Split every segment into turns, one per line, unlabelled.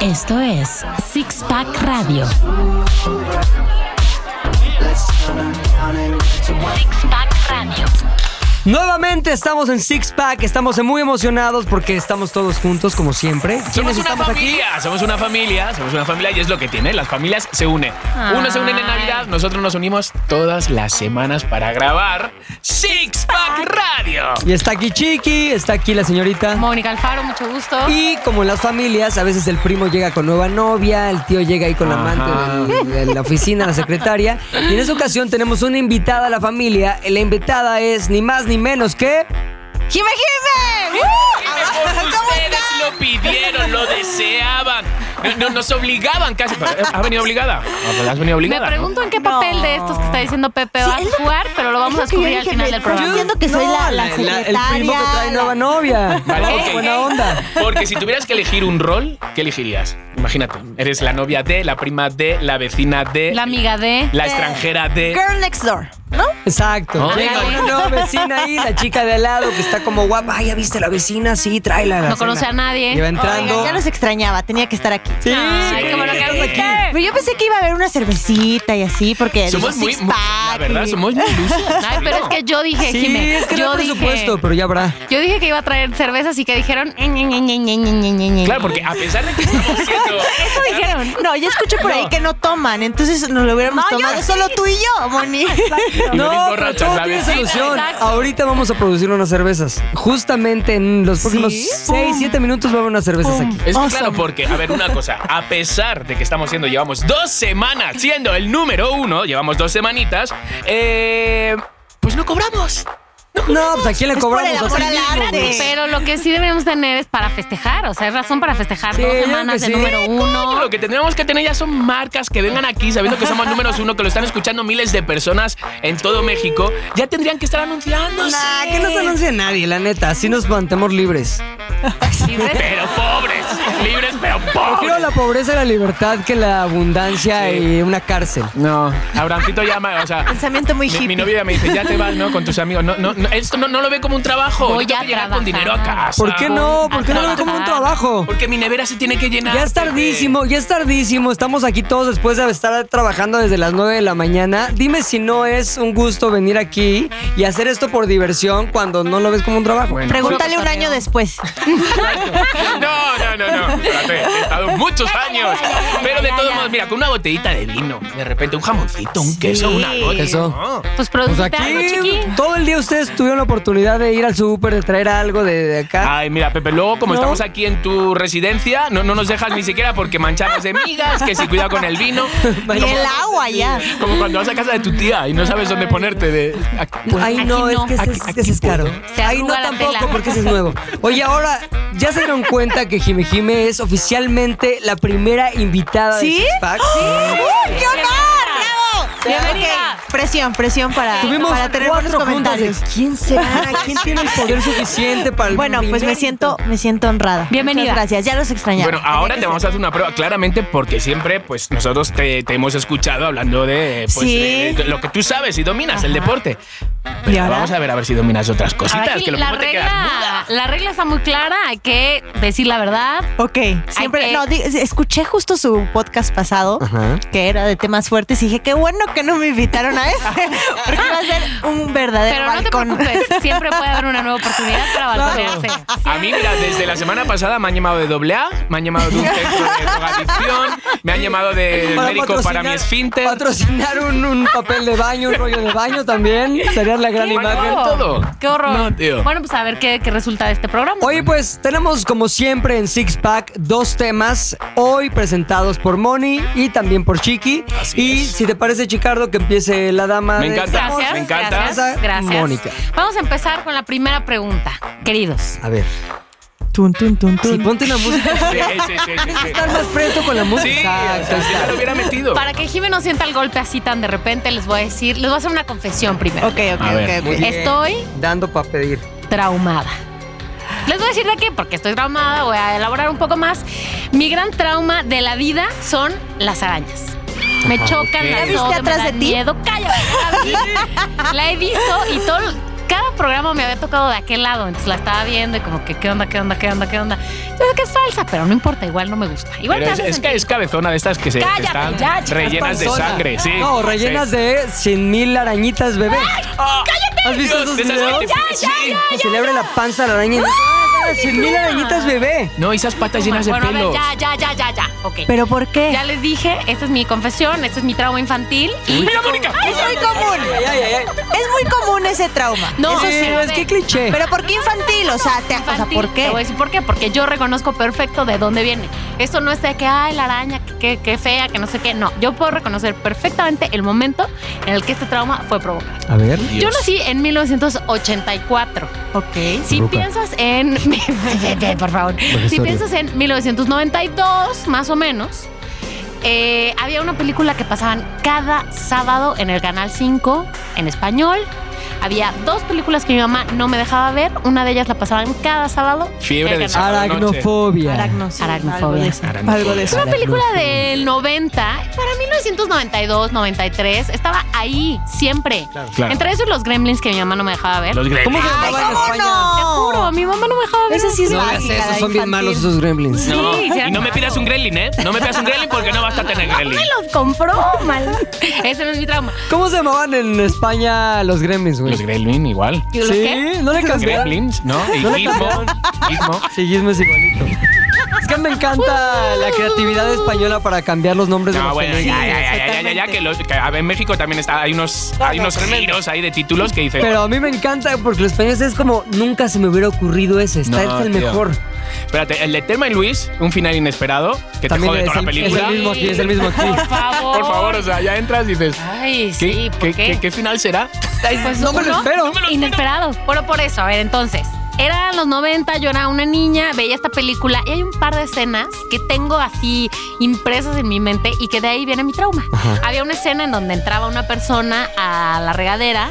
Esto es Six Pack Radio. Six Pack Radio.
Nuevamente estamos en Six Pack, estamos muy emocionados porque estamos todos juntos como siempre.
Somos
¿Quiénes
pues,
una
estamos aquí?
familia, somos una familia, somos una familia y es lo que tiene, las familias se unen. Uno se unen en Navidad, nosotros nos unimos todas las semanas para grabar Six Pack Radio.
Y está aquí Chiqui, está aquí la señorita.
Mónica Alfaro, mucho gusto.
Y como en las familias, a veces el primo llega con nueva novia, el tío llega ahí con la amante del- de la oficina, la secretaria. Y en esta ocasión tenemos una invitada a la familia. La invitada es ni más ni menos que.
¡Jime Jime! ¡Uh! ¿Cómo
Ustedes
están?
lo pidieron, lo deseaban. No, no, nos obligaban casi. eh, ¿Ha venido obligada? Ah, ¿Has venido
Me
obligada?
pregunto en qué papel de estos que está diciendo Pepe va
Sí, es
a
lo-
jugar, pero lo vamos a
es lo que yo
descubrir al
dije,
final
me
del
estás
programa.
diciendo que soy la, la
el primo que trae
secretaria,
nueva novia.
Vale,
Vamos,
ok.
Buena onda.
Porque si tuvieras que elegir un rol, ¿qué elegirías? Imagínate, eres la novia de, la prima de, la vecina de,
La amiga de.
la extranjera de.
Girl next door, ¿no?
Exacto.
Ah,
Llega
dale.
una nueva vecina ahí, la chica de al lado que está como guapa. Ay, ¿ya viste la vecina? Sí, tráela.
No conoce a nadie.
Lleva entrando.
Oigan, ya los extrañaba, tenía que estar aquí.
Sí,
Ay, qué bueno que
estás
viniste.
aquí.
Pero yo pensé que iba a haber una cervecita y así, porque
Somos
dijo
muy,
six
muy-
pack
la verdad,
y-
somos muy luces.
Ay, pero es que yo dije,
Sí,
Jime.
es que no
yo
hay
dije,
presupuesto, pero ya habrá.
Yo dije que iba a traer cervezas y que dijeron. "Ñe, Ñe, Ñe, Ñe, Ñe, Ñe, Ñe, Ñe, Ñe".
Claro, porque a pesar de que estamos siendo.
Eso dijeron.
No, yo escucho por ahí que no toman, entonces nos lo hubiéramos
No, yo
tomado solo tú y yo, Moni.
No,
Igual
pero
emborrachas
todo
la
tiene
vecina.
solución.
Exacto.
Ahorita vamos a producir unas cervezas. Justamente en los próximos 6, 7 minutos va a haber unas cervezas aquí.
Es que claro, porque, a ver, una cosa, a pesar de que estamos siendo, llevamos dos semanas siendo el número uno, llevamos dos semanitas, eh, pues no cobramos.
No, pues aquí le
por
cobramos
el
a
amor
ti
al
mismo,
arte.
güey.
Pero lo que sí deberíamos tener es para festejar. O sea, es razón para festejar
Sí,
dos
yo creo
semanas
que
de
sí.
número uno.
Lo que tendríamos que tener ya son marcas que vengan aquí sabiendo que somos números uno, que lo están escuchando miles de personas en todo México. Ya tendrían que estar anunciándose.
Nah, que no se anuncie nadie, la neta. Así nos mantemos libres.
Libres.
Pero pobres, libres, pero
Prefiero
pobres.
la pobreza y la libertad que la abundancia
Sí.
y una cárcel.
No, Abrancito llama, o sea,
Pensamiento muy
Mi,
hippie.
mi novia ya me dice, ya te vas, ¿no? Con tus amigos. No, no, no, esto no, no lo ve como un trabajo.
Voy
Yo tengo
a
que llegar con
trabajar.
dinero a casa.
¿Por qué
Ah,
no? ¿Por qué no lo veo como un trabajo?
Porque mi nevera se tiene que llenar.
Ya es tardísimo, ya es tardísimo. Estamos aquí todos después de estar trabajando desde las 9 de la mañana. Dime si no es un gusto venir aquí y hacer esto por diversión cuando no lo ves como un trabajo.
Bueno.
Pregúntale un año después.
No, no, no, no. Espérate, he estado muchos años. Pero de todos modos, mira, con una botellita de vino, de repente un jamoncito, un queso, una gota.
Eso.
¿no?
Pues
Pues
producte
aquí
algo, chiqui.
todo el día ustedes tuvieron la oportunidad de ir al súper, de traer algo de, de
Ah,
acá.
Ay, mira, Pepe, luego como
No.
estamos aquí en tu residencia, no, no nos dejas ni siquiera porque manchamos de migas, que si cuida con el vino.
Y el agua ya.
Como cuando vas a casa de tu tía y no sabes dónde ponerte de...
Ay,
pues, aquí
no,
no.
es que ese, es- ese es caro.
Se
Ay, no
arruga la
tampoco,
tela.
porque ese es nuevo. Oye, ahora, ¿ya se dieron cuenta que Jime Jime es oficialmente la primera invitada
¿Sí?
de Six Pack?
¡Uy, qué honor! ¡Bravo!
Bienvenida.
Ok, Presión, presión para,
Tuvimos
para tener buenos
cuatro juntas de
comentarios.
quién será, quién tiene el poder suficiente para el
Bueno, pues me
primer-
siento, me siento honrada.
Bienvenida.
Muchas gracias, ya los extrañaba.
Bueno, ahora te vamos a hacer una prueba, claramente, porque siempre, pues, nosotros te, te hemos escuchado hablando de, pues,
Sí.
de- de lo que tú sabes y dominas, el deporte. Pero
¿Y ahora?
vamos a ver a ver si dominas otras cositas,
Ahora aquí
que lo
la
mismo te quedas
regla, la regla está muy clara, hay que decir la verdad.
Ok, siempre.
que-
No, di- escuché justo su podcast pasado,
Ajá.
que era de temas fuertes, y dije, qué bueno que no me invitaron a este, porque iba a ser un verdadero
Pero no te
balcón.
preocupes, siempre puede haber una nueva oportunidad para balconearse.
A mí, mira, desde la semana pasada me han llamado de doble A, me han llamado de un centro de drogadicción, me han llamado de médico para mi
patrocinar-
esfínter.
Patrocinar un, un papel de baño, un rollo de baño también. Sería la gran
Qué
imagen.
horror. todo.
Oh, Qué horror.
No, tío.
Bueno, pues a ver qué, qué resulta de este programa.
Oye, pues tenemos como siempre en Six Pack dos temas hoy presentados por Moni y también por Chiqui.
Así
y
es.
si te parece, Chicardo, que empiece la dama.
Me
de-
encanta.
gracias,
me encanta.
gracias, gracias.
Mónica.
Vamos a empezar con la primera pregunta, queridos.
A ver,
Tun, tun, tun, tun.
si ponte una música.
Sí, sí, sí, sí, sí.
Estás más fresco con la música.
Sí, o
Exacto,
sea, si
está.
no lo hubiera metido.
Para que Jimmy no sienta el golpe así tan de repente, les voy a decir, les voy a hacer una confesión primero.
Ok, ok,
A ver.
ok, ok.
bien.
Estoy
Dando para pedir.
traumada. Les voy a decir de qué, porque estoy traumada, voy a elaborar un poco más. Mi gran trauma de la vida son las arañas. Me chocan
Ah, ok.
las
¿La
viste
dos, me
atrás
dan
de ti?
miedo. ¡Cállate! La vi, La he visto y todo... Cada programa me había tocado de aquel lado, entonces la estaba viendo y como que, ¿qué onda, qué onda, qué onda, qué onda? Yo sé que es falsa, pero no importa, igual no me gusta. Igual
Pero es,
te hace
es que
sentir-
es cabezona de estas que se que
Cállate,
están
ya, chicas,
rellenas de
panzona.
sangre, sí.
No, rellenas
Sí.
de 100 mil arañitas, bebé.
¡Ah!
¿Has visto
Dios,
esos
de esas
videos?
que te-
Ya, ya,
sí.
Se le abre la panza a la araña. y dice, "Ah, 100 mil arañitas, bebé.
No, y esas patas llenas de
bueno, a ver,
pelos.
ya, ya, ya, ya, ya. Ok.
¿Pero por qué?
ya les dije, esta es mi confesión, este es mi trauma infantil. Y
Mira, Mónica.
Es muy común.
Ay, ay, ay, ay.
Es muy común ese trauma.
No,
Sí,
sí,
es
bebé.
que cliché.
Pero ¿por qué infantil? O sea, te, o sea,
infantil.
¿por
Te voy a
qué?
decir por qué, porque yo reconozco perfecto de dónde viene. Esto no es de que, ay, la araña, que, que- que fea, que no sé qué. No, yo puedo reconocer perfectamente el momento en el que este trauma fue provocado.
A ver.
Dios.
Yo nací en 1984.
Ok.
Si
Ruca.
piensas en. por favor. Si
historia.
piensas en 1992, más o menos. eh, había una película que pasaban cada sábado en el Canal 5 en español. Había dos películas que mi mamá no me dejaba ver. Una de ellas la pasaban cada sábado.
Fiebre
en
de
el Canal
Aracnofobia.
Aracno, sí,
Aracnofobia.
algo de eso.
Aracnofobia.
Algo de
Es
eso.
una película
Aracnofobia.
del 90, para 1992, 93, estaba ahí siempre.
Claro.
Entre esos los gremlins que mi mamá no me dejaba ver.
Los gremlins.
¿Cómo se
Ay,
llamaba en
¿cómo
España?
Te juro,
no?
mi mamá no me dejaba ver.
Ese sí es
No,
básica,
esos
la
son bien
infantil.
malos esos gremlins.
Sí,
No,
sí,
y no
era
me pidas
malo.
un gremlin, ¿eh? No me pidas un gremlin porque no vas a tener gremlin.
me los compró, mal. Ese no es mi trauma.
¿Cómo se llamaban en España los gremlins, güey?
Los gremlin igual.
¿Y los qué?
Sí, no le cambiaron.
Gremlins, ¿no? Y
No le
Gizmo. Gizmo.
Sí, Gizmo es igualito. Es que me encanta la creatividad española para cambiar los nombres de
No,
los
Ah, bueno, ya,
pelis.
ya, ya, ya, ya, ya, ya, que, los- que, a ver, en México también está, hay unos, hay unos giros ahí de títulos que dicen.
Pero a mí me encanta porque los españoles es como nunca se me hubiera ocurrido ese. Está
No,
es el
tío.
mejor.
Espérate, el de Telma y Luis, un final inesperado, que te
También
jode
es
toda
el,
la
es el
película.
mismo aquí, es el mismo aquí.
Por favor.
Por favor, o sea, ya entras y dices,
Ay,
¿qué,
sí, ¿por
qué,
qué?
qué- qué final será?
Pues
no me lo
uno,
espero.
No me lo-
Inesperado. Bueno, por eso, a ver, entonces. Eran los 90, yo era una niña, veía esta película y hay un par de escenas que tengo así impresas en mi mente y que de ahí viene mi trauma. Había una escena en donde entraba una persona a la regadera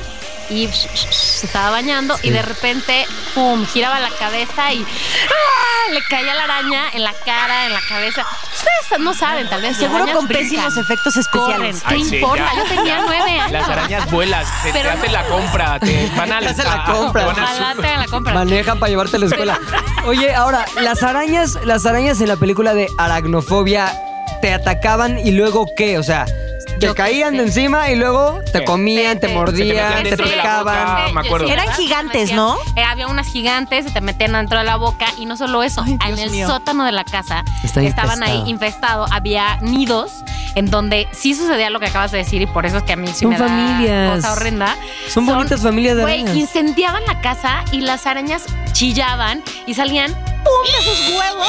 y se estaba bañando y de repente, pum, giraba la cabeza y ¡ah! le caía la araña en la cara, en la cabeza. Ustedes no saben, tal vez. las
Seguro
arañas
con
brincan,
pésimos efectos
Corren,
especiales.
¿qué
Ay, sí,
importa?
ya.
Yo tenía nueve años.
Las arañas vuelas, te, te
Pero-
hacen la compra, te van a
Te hacen la compra.
te van al
Ojalá te hagan la compra.
Manejan para llevarte a la escuela. Oye, ahora, las arañas, las arañas en la película de aracnofobia te atacaban y luego qué? O sea, te
Yo qué
caían
sé.
de encima y luego te
Sí.
comían, te,
Sí,
Se
sí.
mordían, te,
te metían dentro de la
picaban.
boca. Ah, me acuerdo.
Sí,
Eran
¿verdad?
gigantes,
Se
¿no?
metían- eh, había unas gigantes, se te metían dentro de la boca y no solo eso, en el sótano de la casa
Está
estaban ahí
infestado.
infestados, había nidos en donde sí sucedía lo que acabas de decir y por eso es que a mí sí
Son
me da
familias.
cosa horrenda.
Son bonitas familias de
Güey,
arañas.
incendiaban la casa y las arañas chillaban y salían ¡pum! de sus huevos.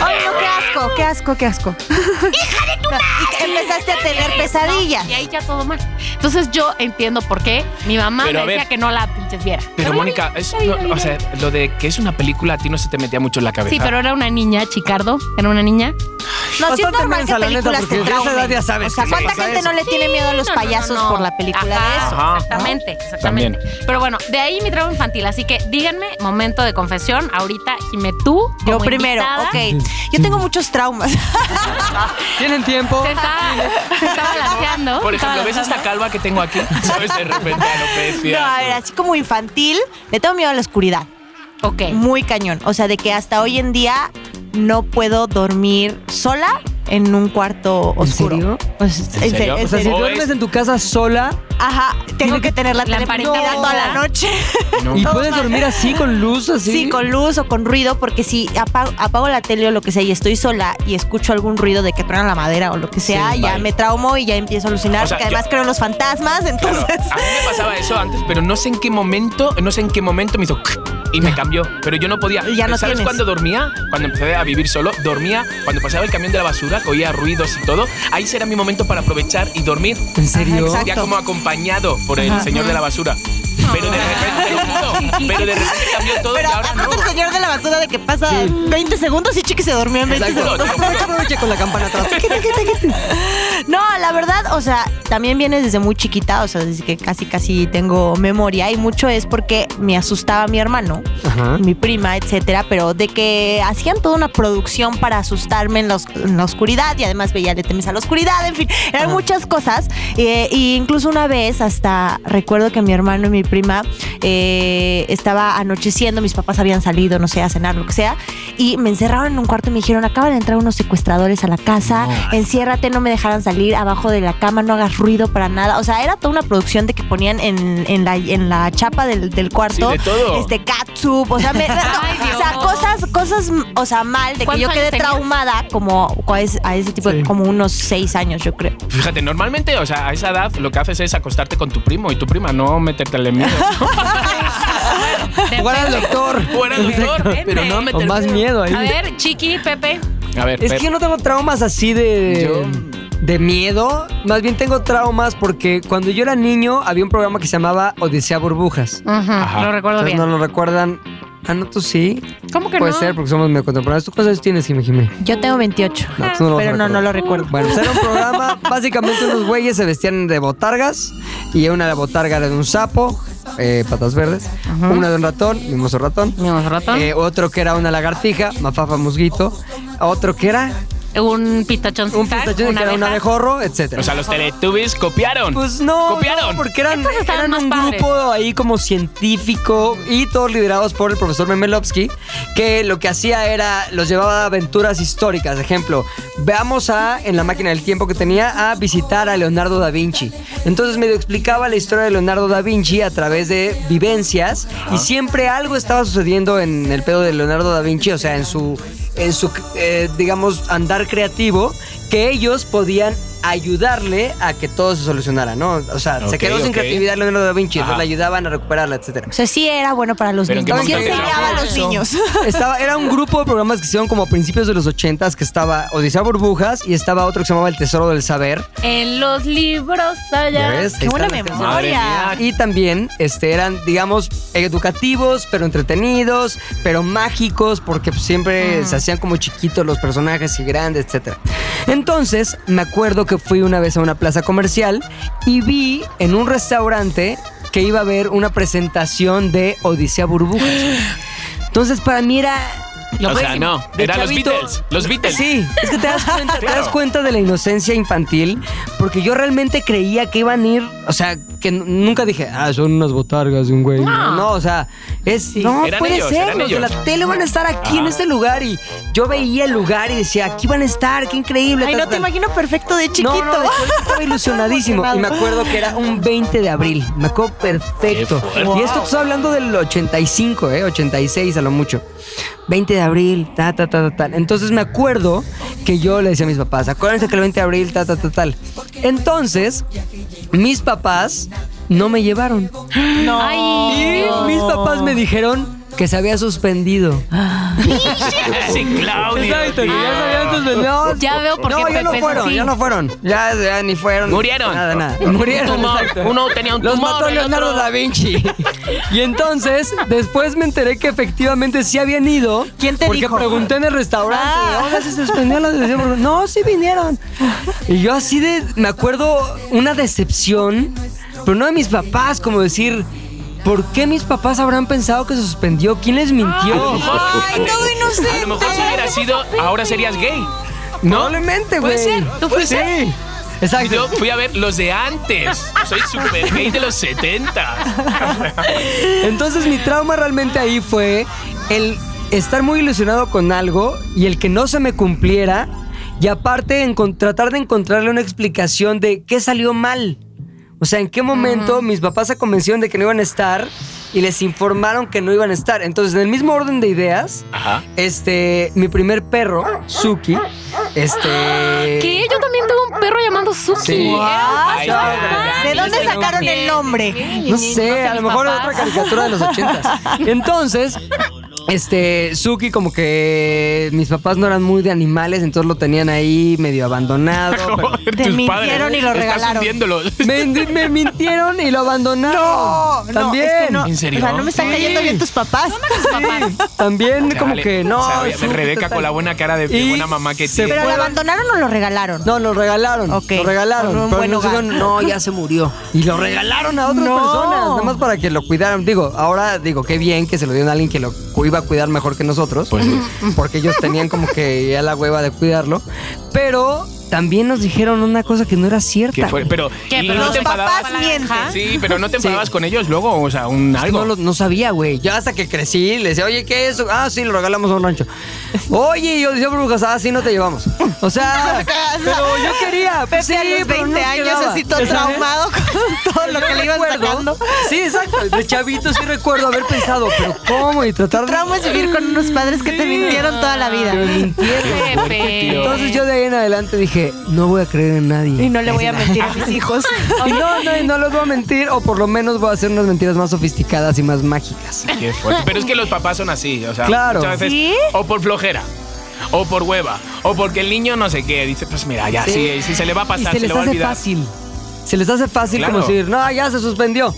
Ay, no, qué asco, qué asco, qué asco. Y que empezaste a tener pesadillas.
No, y ahí ya todo mal. Entonces yo entiendo por qué mi mamá
Pero a
me decía
ver.
que no la pinches viera.
Pero
la
Mónica,
vi,
es-
la vi,
no,
la vi,
o
la
sea, lo de que es una película a ti no se te metía mucho en la cabeza.
Sí, pero era una niña, Chicardo. Era una niña.
No, sí es
Bastante
normal que
mensa, la neta,
películas
porque
te
ya a esa
traumen.
edad ya sabes
O sea,
que
¿cuánta
pasa
gente
eso?
no le tiene miedo a los
No, no, no,
payasos
no.
por la película
Ajá,
de eso?
Ajá.
Exactamente, exactamente. Pero bueno, de ahí mi trauma infantil. Así que díganme, momento de confesión. Ahorita, Jime, tú.
Yo
como
primero,
invitada,
ok. Yo tengo muchos traumas.
¿Tienen tiempo?
Se está, se está balanceando.
Por ejemplo,
Está
¿ves esta calva que tengo aquí? ¿Sabes? De repente
No,
alopecia. pues.
a ver, así como infantil, le tengo miedo a la oscuridad.
balanceando. Ok.
Muy cañón. O sea, de que hasta hoy en día no puedo dormir sola en un cuarto oscuro.
serio?
O sea,
¿En
en
serio?
serio, en
O sea, si
serio.
O
duermes
es-
en tu casa sola
Ajá, tengo que tener la tele
Lamparita
prendida toda la
roja.
noche.
No.
y puedes dormir así con luz, así.
¿Sí? con luz o con ruido, porque si apago, apago la tele o lo que sea y estoy sola y escucho algún ruido de que truena la madera o lo que sea, ya
vale.
me traumo y ya empiezo a alucinar,
O sea,
porque
yo-
además creo en los fantasmas,
Claro,
entonces...
a mí me pasaba eso antes, pero no sé en qué momento, no sé en qué momento me hizo y me cambió, pero yo no podía.
Y ya no
¿Sabes
tienes.
cuándo dormía? Cuando empecé a vivir solo, dormía cuando pasaba el camión de la basura, que oía ruidos y todo. Ahí será mi momento para aprovechar y dormir.
¿En serio?
Ajá, exacto.
Ya como acompañado por el señor de la basura. Pero de repente, te lo juro, Pero de repente cambió todo
Pero
y ahora no.
aparte el señor de la basura de que pasa
Sí.
20 segundos y Chiqui se durmió en 20
Exacto.
segundos.
con la campana atrás.
No, la verdad, o sea, también viene desde muy chiquita, o sea, desde que casi casi tengo memoria y mucho es porque me asustaba mi hermano,
Ajá.
y mi prima, etcétera, pero de que hacían toda una producción para asustarme en la, os- en la oscuridad y además veía de temes a la oscuridad, en fin, eran muchas cosas eh, y incluso una vez hasta recuerdo que mi hermano y mi prima eh, estaba anocheciendo, mis papás habían salido, no sé, a cenar, lo que sea, y me encerraron en un cuarto y me dijeron, acaban de entrar unos secuestradores a la casa, enciérrate, no me dejaran salir abajo de la cama, no hagas ruido para nada. O sea, era toda una producción de que ponían en, en la, en la chapa del, del cuarto
Sí, de todo.
este catsup, o sea, me- no,
Ay,
o sea,
Dios.
cosas, cosas, o sea, mal, de que yo
¿Cuántos
quedé
años tenías?
traumada como a ese, a ese tipo, de- como unos seis años, yo creo.
Fíjate, normalmente, o sea, a esa edad lo que haces es acostarte con tu primo y tu prima, no metértele miedo.
Jugar al doctor.
Fuera el doctor, pero no
Con
meterle
más miedo ahí.
A ver, Chiqui, Pepe.
A ver,
Es
Pep,
que yo no tengo traumas así de. De miedo, más bien tengo traumas porque cuando yo era niño había un programa que se llamaba Odisea Burbujas.
Ajá.
Lo recuerdo
Ustedes
bien.
no lo recuerdan. Ah, no, tú sí.
¿Cómo que
Puede
no?
ser porque somos medio contemporáneos. ¿Tú cuántos años tienes, Jimmy Jimmy?
Yo tengo 28,
No, tú no lo vas a
pero no,
recordar.
no lo recuerdo.
Bueno, pues era un programa, básicamente unos güeyes se vestían de botargas y una de la botarga era de un sapo, eh, patas verdes, una de un ratón, mimoso ratón,
Mimoso ratón.
eh, otro que era una lagartija, mafafa musguito, otro que era
Un pistachón sin
un
sal,
pistachón que era un
abeja.
abejorro, etc.
o sea, los Teletubbies copiaron.
pues no, no,
Copiaron.
porque eran,
Estos
eran
estaban más
un
padres.
grupo ahí como científico y todos liderados por el profesor Memelovsky, que lo que hacía era, los llevaba a aventuras históricas. Ejemplo, veamos a, en la máquina del tiempo que tenía, a visitar a Leonardo da Vinci. Entonces medio explicaba la historia de Leonardo da Vinci a través de vivencias y siempre algo estaba sucediendo en el pedo de Leonardo da Vinci, o sea, en su, en su eh, digamos, andar creativo, que ellos podían ayudarle a que todo se solucionara, ¿no? O sea, se
Ok,
quedó sin
ok.
creatividad Leonardo da Vinci, entonces
Ajá.
le ayudaban a recuperarla, etcétera.
O sea, sí era bueno para los
Pero ¿en qué
niños. Sí
momento
enseñaba a
grabó
los
eso?
niños.
Estaba, era un grupo de programas que se hicieron como a principios de los 80s, que estaba Odisea Burbujas y estaba otro que se llamaba El Tesoro del Saber.
En los libros
¿Ya
allá.
ves? Ahí
Qué buena
están las canciones.
Madre
memoria.
mía.
Y también este, eran, digamos, educativos, pero entretenidos, pero mágicos, porque pues, siempre se hacían como chiquitos los personajes y grandes, etc. Entonces, me acuerdo que fui una vez a una plaza comercial y vi en un restaurante que iba a haber una presentación de Odisea Burbujas. Entonces, para mí era... lo
O sea,
máximo.
no,
De
era los
chavito-
Beatles, los Beatles.
Sí, es que te das cuenta, te das
Claro.
cuenta de la inocencia infantil, porque yo realmente creía que iban a ir, o sea, que n- nunca dije, ah, son unas botargas de un güey. No, no, o sea, es, no
Eran
puede
ellos,
ser,
eran
los de
ellos.
la tele van a estar aquí en este lugar y yo veía el lugar y decía, aquí van a estar, qué increíble.
Ay,
tal,
no
tal.
te imagino perfecto de chiquito.
No, no, de chiquito estaba ilusionadísimo. y me acuerdo que era un 20 de abril. Me acuerdo perfecto.
Qué fuerte.
Y esto te estoy hablando del 85, ¿eh? 86 a lo mucho. 20 de abril, ta, ta, ta, ta, tal. Entonces me acuerdo que yo le decía a mis papás, acuérdense que el 20 de abril, ta, ta, ta, tal. Entonces, mis papás no me llevaron.
No.
Ay,
Y mis papás me dijeron que se había suspendido.
Sí, Claudio.
Exacto, que
tío.
ya se habían suspendido.
Ya veo por
Ah. no,
qué
ya no
Pepe es
fueron,
así.
ya no fueron. Ya, ya ni fueron.
Murieron.
Nada, nada.
Un
Murieron.
tumor.
exacto.
Uno tenía un
Los
tumor,
mató
el
Leonardo
otro-
da Vinci. y entonces, después me enteré que efectivamente sí habían ido.
¿Quién te
porque
dijo?
pregunté en el restaurante.
Ah.
"Oiga, ¿se suspendió la sesión?" Porque, No, sí vinieron. Y yo así de. Me acuerdo una decepción, pero no de mis papás, como decir. ¿Por qué mis papás habrán pensado que se suspendió? ¿Quién les mintió?
Ay, todo
A lo mejor si
inocente.
hubiera sido, ahora serías gay.
Probablemente, güey.
Puede ser, tú fuiste.
Sí.
Y Yo
Exacto.
fui a ver los de antes. Soy super gay de los 70.
Entonces mi trauma realmente ahí fue el estar muy ilusionado con algo y el que no se me cumpliera y aparte encon- tratar de encontrarle una explicación de qué salió mal. O sea, en qué momento mis papás se convencieron de que no iban a estar y les informaron que no iban a estar. Entonces, en el mismo orden de ideas,
Ajá.
este, mi primer perro, Suki, este...
Que yo también tengo un perro llamado Suki.
Sí.
Era
Ay,
un
ya,
perro.
ya,
¿De dónde
Ay,
sacaron el nombre?
No sé, a lo
mis
mejor
papás.
otra caricatura de los ochentas. Entonces, Este, Suki como que mis papás no eran muy de animales, entonces lo tenían ahí medio abandonado. pero-
Te
Tus
mintieron y lo
estás
regalaron.
hundiéndolo.
me, me mintieron y lo abandonaron. también.
es que no.
¿En serio?
O sea, no me están
Sí.
cayendo bien tus papás.
También como
Chale,
que no.
sabía,
Suki,
Rebeca
total.
con la buena cara de, de
Y
buena mamá que
se
tiene.
¿Pero lo
fueron-
abandonaron o lo regalaron?
No, lo regalaron.
Ok,
Lo regalaron.
por un
pero
buen
nos
hogar.
dijeron, no, ya se murió. Y lo regalaron a otras
No.
personas, nada más para que lo cuidaran. Digo, ahora digo, qué bien que se lo dieron a alguien que lo cu- iba a cuidar mejor que nosotros.
Pues sí.
Porque ellos tenían como que ya la hueva de cuidarlo. Pero también nos dijeron una cosa que no era cierta.
Que fue- pero,
¿Qué?
¿y
Pero
no
los
te enfadabas?
papás mienten. ¿Ah?
Sí, pero no te enfadabas con ellos luego, o sea, un
Es que
algo.
No, lo- no sabía, güey. Yo hasta que crecí, le decía, oye, ¿qué es eso? Ah, sí, lo regalamos a un rancho. Oye, y yo decía, brujas, ah, sí, no te llevamos. O sea, pero yo quería.
Pepe
Pues, sí,
a los
pero
20
no
años
quedaba.
así todo
¿Sabes?
traumado con todo lo
Yo
que le iban
recuerdo-
sacando.
Sí, exacto. De chavito sí recuerdo haber pensado, pero ¿cómo? Y tratar de...
Trauma es vivir con unos padres que te mintieron toda la vida.
que me mintieran. Entonces yo de ahí en adelante dije, no voy a creer en nadie.
Y no le voy a mentir a mis hijos.
Y no, no, y no los voy a mentir, o por lo menos voy a hacer unas mentiras más sofisticadas y más mágicas.
Qué fuerte. Pero es que los papás son así, o sea,
Claro.
muchas veces.
¿Sí?
O por flojera. O por hueva. O porque el niño no sé qué. Dice, pues mira, ya, sí, sí, se le va a
Y
pasar,
se
se,
les
le va a
hace
olvidar.
fácil. Se les hace fácil
Claro.
como decir, no, ya se suspendió.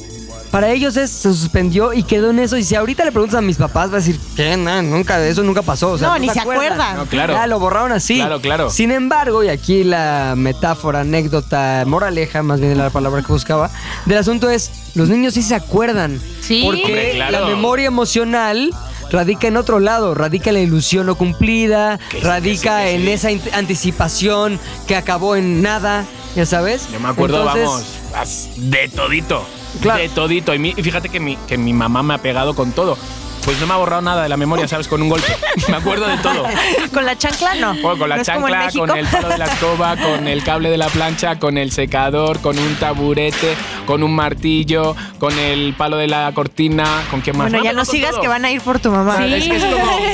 Para ellos es, se suspendió y quedó en eso. Y si ahorita le preguntas a mis papás, va a decir, ¿qué? No, nunca, eso nunca pasó. O sea,
No, ni se acuerdan.
No, claro.
Ya, lo borraron así.
Claro, claro.
Sin embargo, y aquí la metáfora, anécdota, moraleja, más bien la palabra que buscaba, del asunto es, los niños sí se acuerdan.
Sí.
Porque
Hombre, claro.
la memoria emocional radica en otro lado, radica en la ilusión no cumplida,
Que sí,
radica
que sí, que
en
sí.
esa in- anticipación que acabó en nada, ya sabes.
Yo me acuerdo,
Entonces,
vamos, as- de todito.
Claro.
De todito. Y, mi- y fíjate que mi, que mi mamá me ha pegado con todo. Pues no me ha borrado nada de la memoria, ¿sabes? Con un golpe. Me acuerdo de todo.
Con la chancla no.
Juego con la
No es como en
chancla,
México.
con el palo de la escoba, con el cable de la plancha, con el secador, con un taburete, con un martillo, con el palo de la cortina, con qué más.
Bueno, ya
Mándalo
no
con
sigas
todo.
que van a ir por tu mamá.
Ah, Es que es como.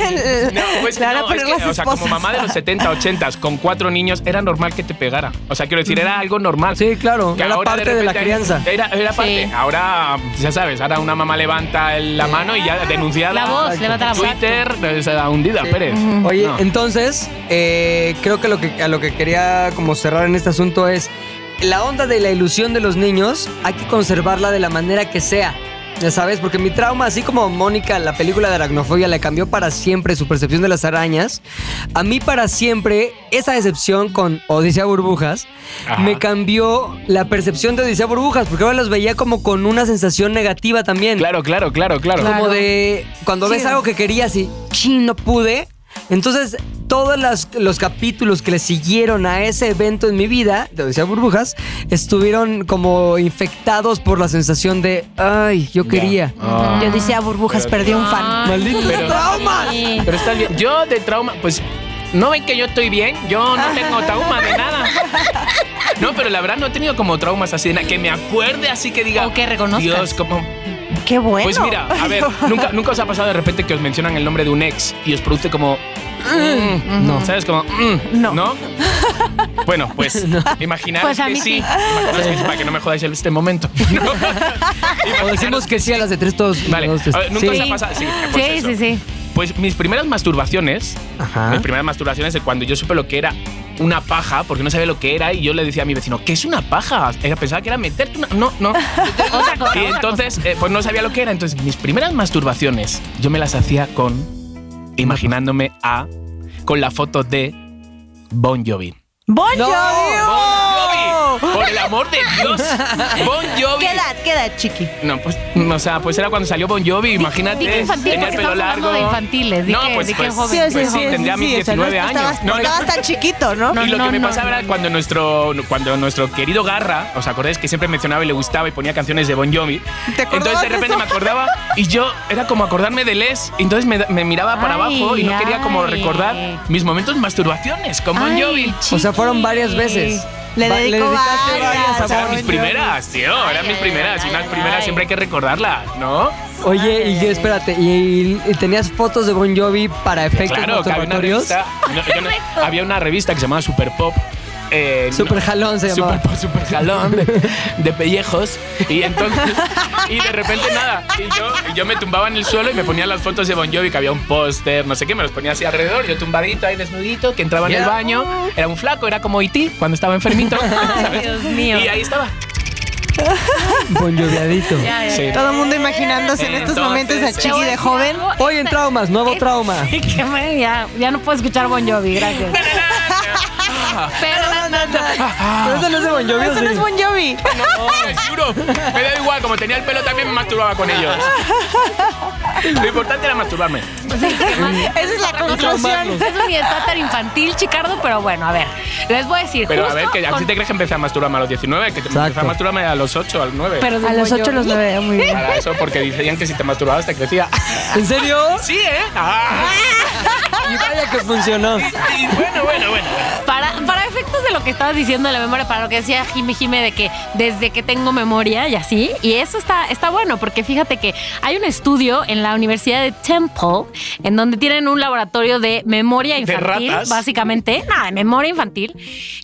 No, pues
Le van a
no,
poner
es que,
las
o sea, como
esposas.
mamá de los 70, 80, con cuatro niños, era normal que te pegara. O sea, quiero decir, era algo normal.
Sí, claro,
Que
era
ahora
parte de la
repente-
crianza.
Era, era parte.
Sí.
Ahora, ya sabes, ahora una mamá levanta el- la mano y ya denunciada.
La voz, levanta la voz.
Twitter, eh, se da hundida, Pérez.
Oye,
No.
entonces, eh, creo que, lo que a lo que quería como cerrar en este asunto es la onda de la ilusión de los niños, hay que conservarla de la manera que sea. Ya sabes, porque mi trauma, así como Mónica, la película de aracnofobia, le cambió para siempre su percepción de las arañas, a mí para siempre esa decepción con Odisea Burbujas
Ajá.
me cambió la percepción de Odisea Burbujas, porque ahora los veía como con una sensación negativa también.
Claro, claro, claro, claro.
Como de cuando ves algo que querías y chin, no pude. Entonces, todos las- los capítulos que le siguieron a ese evento en mi vida, de Odisea Burbujas, estuvieron como infectados por la sensación de, ay, yo quería.
Ah.
Yo decía burbujas, perdí un fan.
¡Malditos
Pero-
traumas!
Pero estás bien. Yo de trauma, pues no ven que yo estoy bien, yo no tengo trauma de nada. No, pero la verdad no he tenido como traumas así, de nada, que me acuerde así que diga.
O que reconozcas.
Dios, como.
Qué bueno.
Pues mira, a ver, nunca, nunca os ha pasado de repente que os mencionan el nombre de un ex y os produce como. mm,
No.
¿Sabes? Como. mm,
No.
Bueno, pues imaginaros
Pues a
que
mí
sí.
sí.
Imaginaros que sí, para que no me jodáis en este momento. ¿no?
O decimos que sí a las de tres todos.
Vale,
todos,
a ver, nunca os
sí.
ha pasado. Sí, pues
Sí,
eso.
sí, sí.
Pues mis primeras masturbaciones,
Ajá.
mis primeras masturbaciones de cuando yo supe lo que era una paja, porque no sabía lo que era, y yo le decía a mi vecino, ¿qué es una paja? Era- Pensaba que era meterte una. No, no.
Otra cosa,
y
otra
entonces, eh, pues no sabía lo que era. Entonces, mis primeras masturbaciones, yo me las hacía con. imaginándome a. con la foto de. Bon Jovi.
¡Bon
No.
¡Bon
Jovi!
Oh.
Jovi! ¡Por el amor de Dios! ¡Bon Jovi!
¿Qué edad, qué edad, chiqui?
No, pues, o sea, pues era cuando salió Bon Jovi, imagínate.
di que infantil,
tenía el
porque
pelo
estamos hablando
largo.
de infantiles, di
No,
que-
pues,
di que
pues,
joven.
pues sí, tendría mis
o sea, no
19 años.
Estabas, no, estabas tan chiquito, ¿no?
No,
y lo que me
no,
pasaba era cuando nuestro, cuando nuestro querido Garra, ¿os acordáis que siempre mencionaba y le gustaba y ponía canciones de Bon Jovi?
¿Te acordabas
entonces de repente
eso?
me acordaba y yo era como acordarme de Les. Entonces me, me miraba para
Ay,
abajo y no quería como
ay.
recordar mis momentos de masturbaciones con Bon
Ay,
Jovi.
chiqui.
O sea, fueron varias veces.
Le
Va-
dedico
dedicaste
varias,
varias a
O sea, eran
Bon
mis
Jovi.
primeras, tío, eran
Ay,
mis
ay,
primeras.
ay,
Y unas
ay,
primeras
ay.
siempre hay que recordarlas, ¿no?
Oye, y yo, espérate, y, y tenías fotos de Bon Jovi para efectos
Claro, que había una
masturbatorios?
revista. no, yo no- había una revista que se llamaba Super Pop. eh,
Super jalón se llamaba.
Super, super jalón de, de pellejos. Y entonces. Y de repente nada. Y yo, yo me tumbaba en el suelo y me ponía las fotos de Bon Jovi, que había un póster, no sé qué, me los ponía así alrededor. Yo tumbadito ahí desnudito, que entraba en el
Ya.
baño. Era un flaco, era como Iti cuando estaba enfermito. ¿sabes?
Dios mío.
Y ahí estaba.
Bon Joviadito.
Ya, ya,
Sí.
ya.
Todo el mundo imaginándose en estos
Entonces,
momentos a
Te voy
Chiqui
a
de
decir
joven.
algo,
Hoy en
esta-
traumas, nuevo
esta-
trauma.
Sí, que me- ya, ya no puedo escuchar Bon Jovi, gracias. Pero
Pero eso no es de Bon Jovi, ¿o
Eso no
sí?
es Bon Jovi.
No, les juro. Me da igual, como tenía el pelo también me masturbaba con ellos. Lo importante era masturbarme.
Sí, ¿qué más?
Esa es la conclusión.
Eso ni está tan infantil, Chicardo, pero bueno, a ver, les voy a decir.
Pero a
justo
ver, que a
con-
ti te crees que empecé a masturbarme a los 19, que te empecé a
Exacto.
masturbarme a los 8, al 9.
pero
A
de
los
Bon
8,
Jovi.
los 9, muy bien.
Para eso, porque decían que si te masturbabas te crecía.
¿En serio?
Sí, ¿eh? Ah.
Y vaya que funcionó.
Y bueno, bueno, bueno.
Para, para efectos de lo que estabas diciendo de la memoria, para lo que decía Jime Jime de que desde que tengo memoria y así, y eso está, está bueno, porque fíjate que hay un estudio en la Universidad de Temple, en donde tienen un laboratorio de memoria infantil,
ratas?
básicamente, nada, de memoria infantil,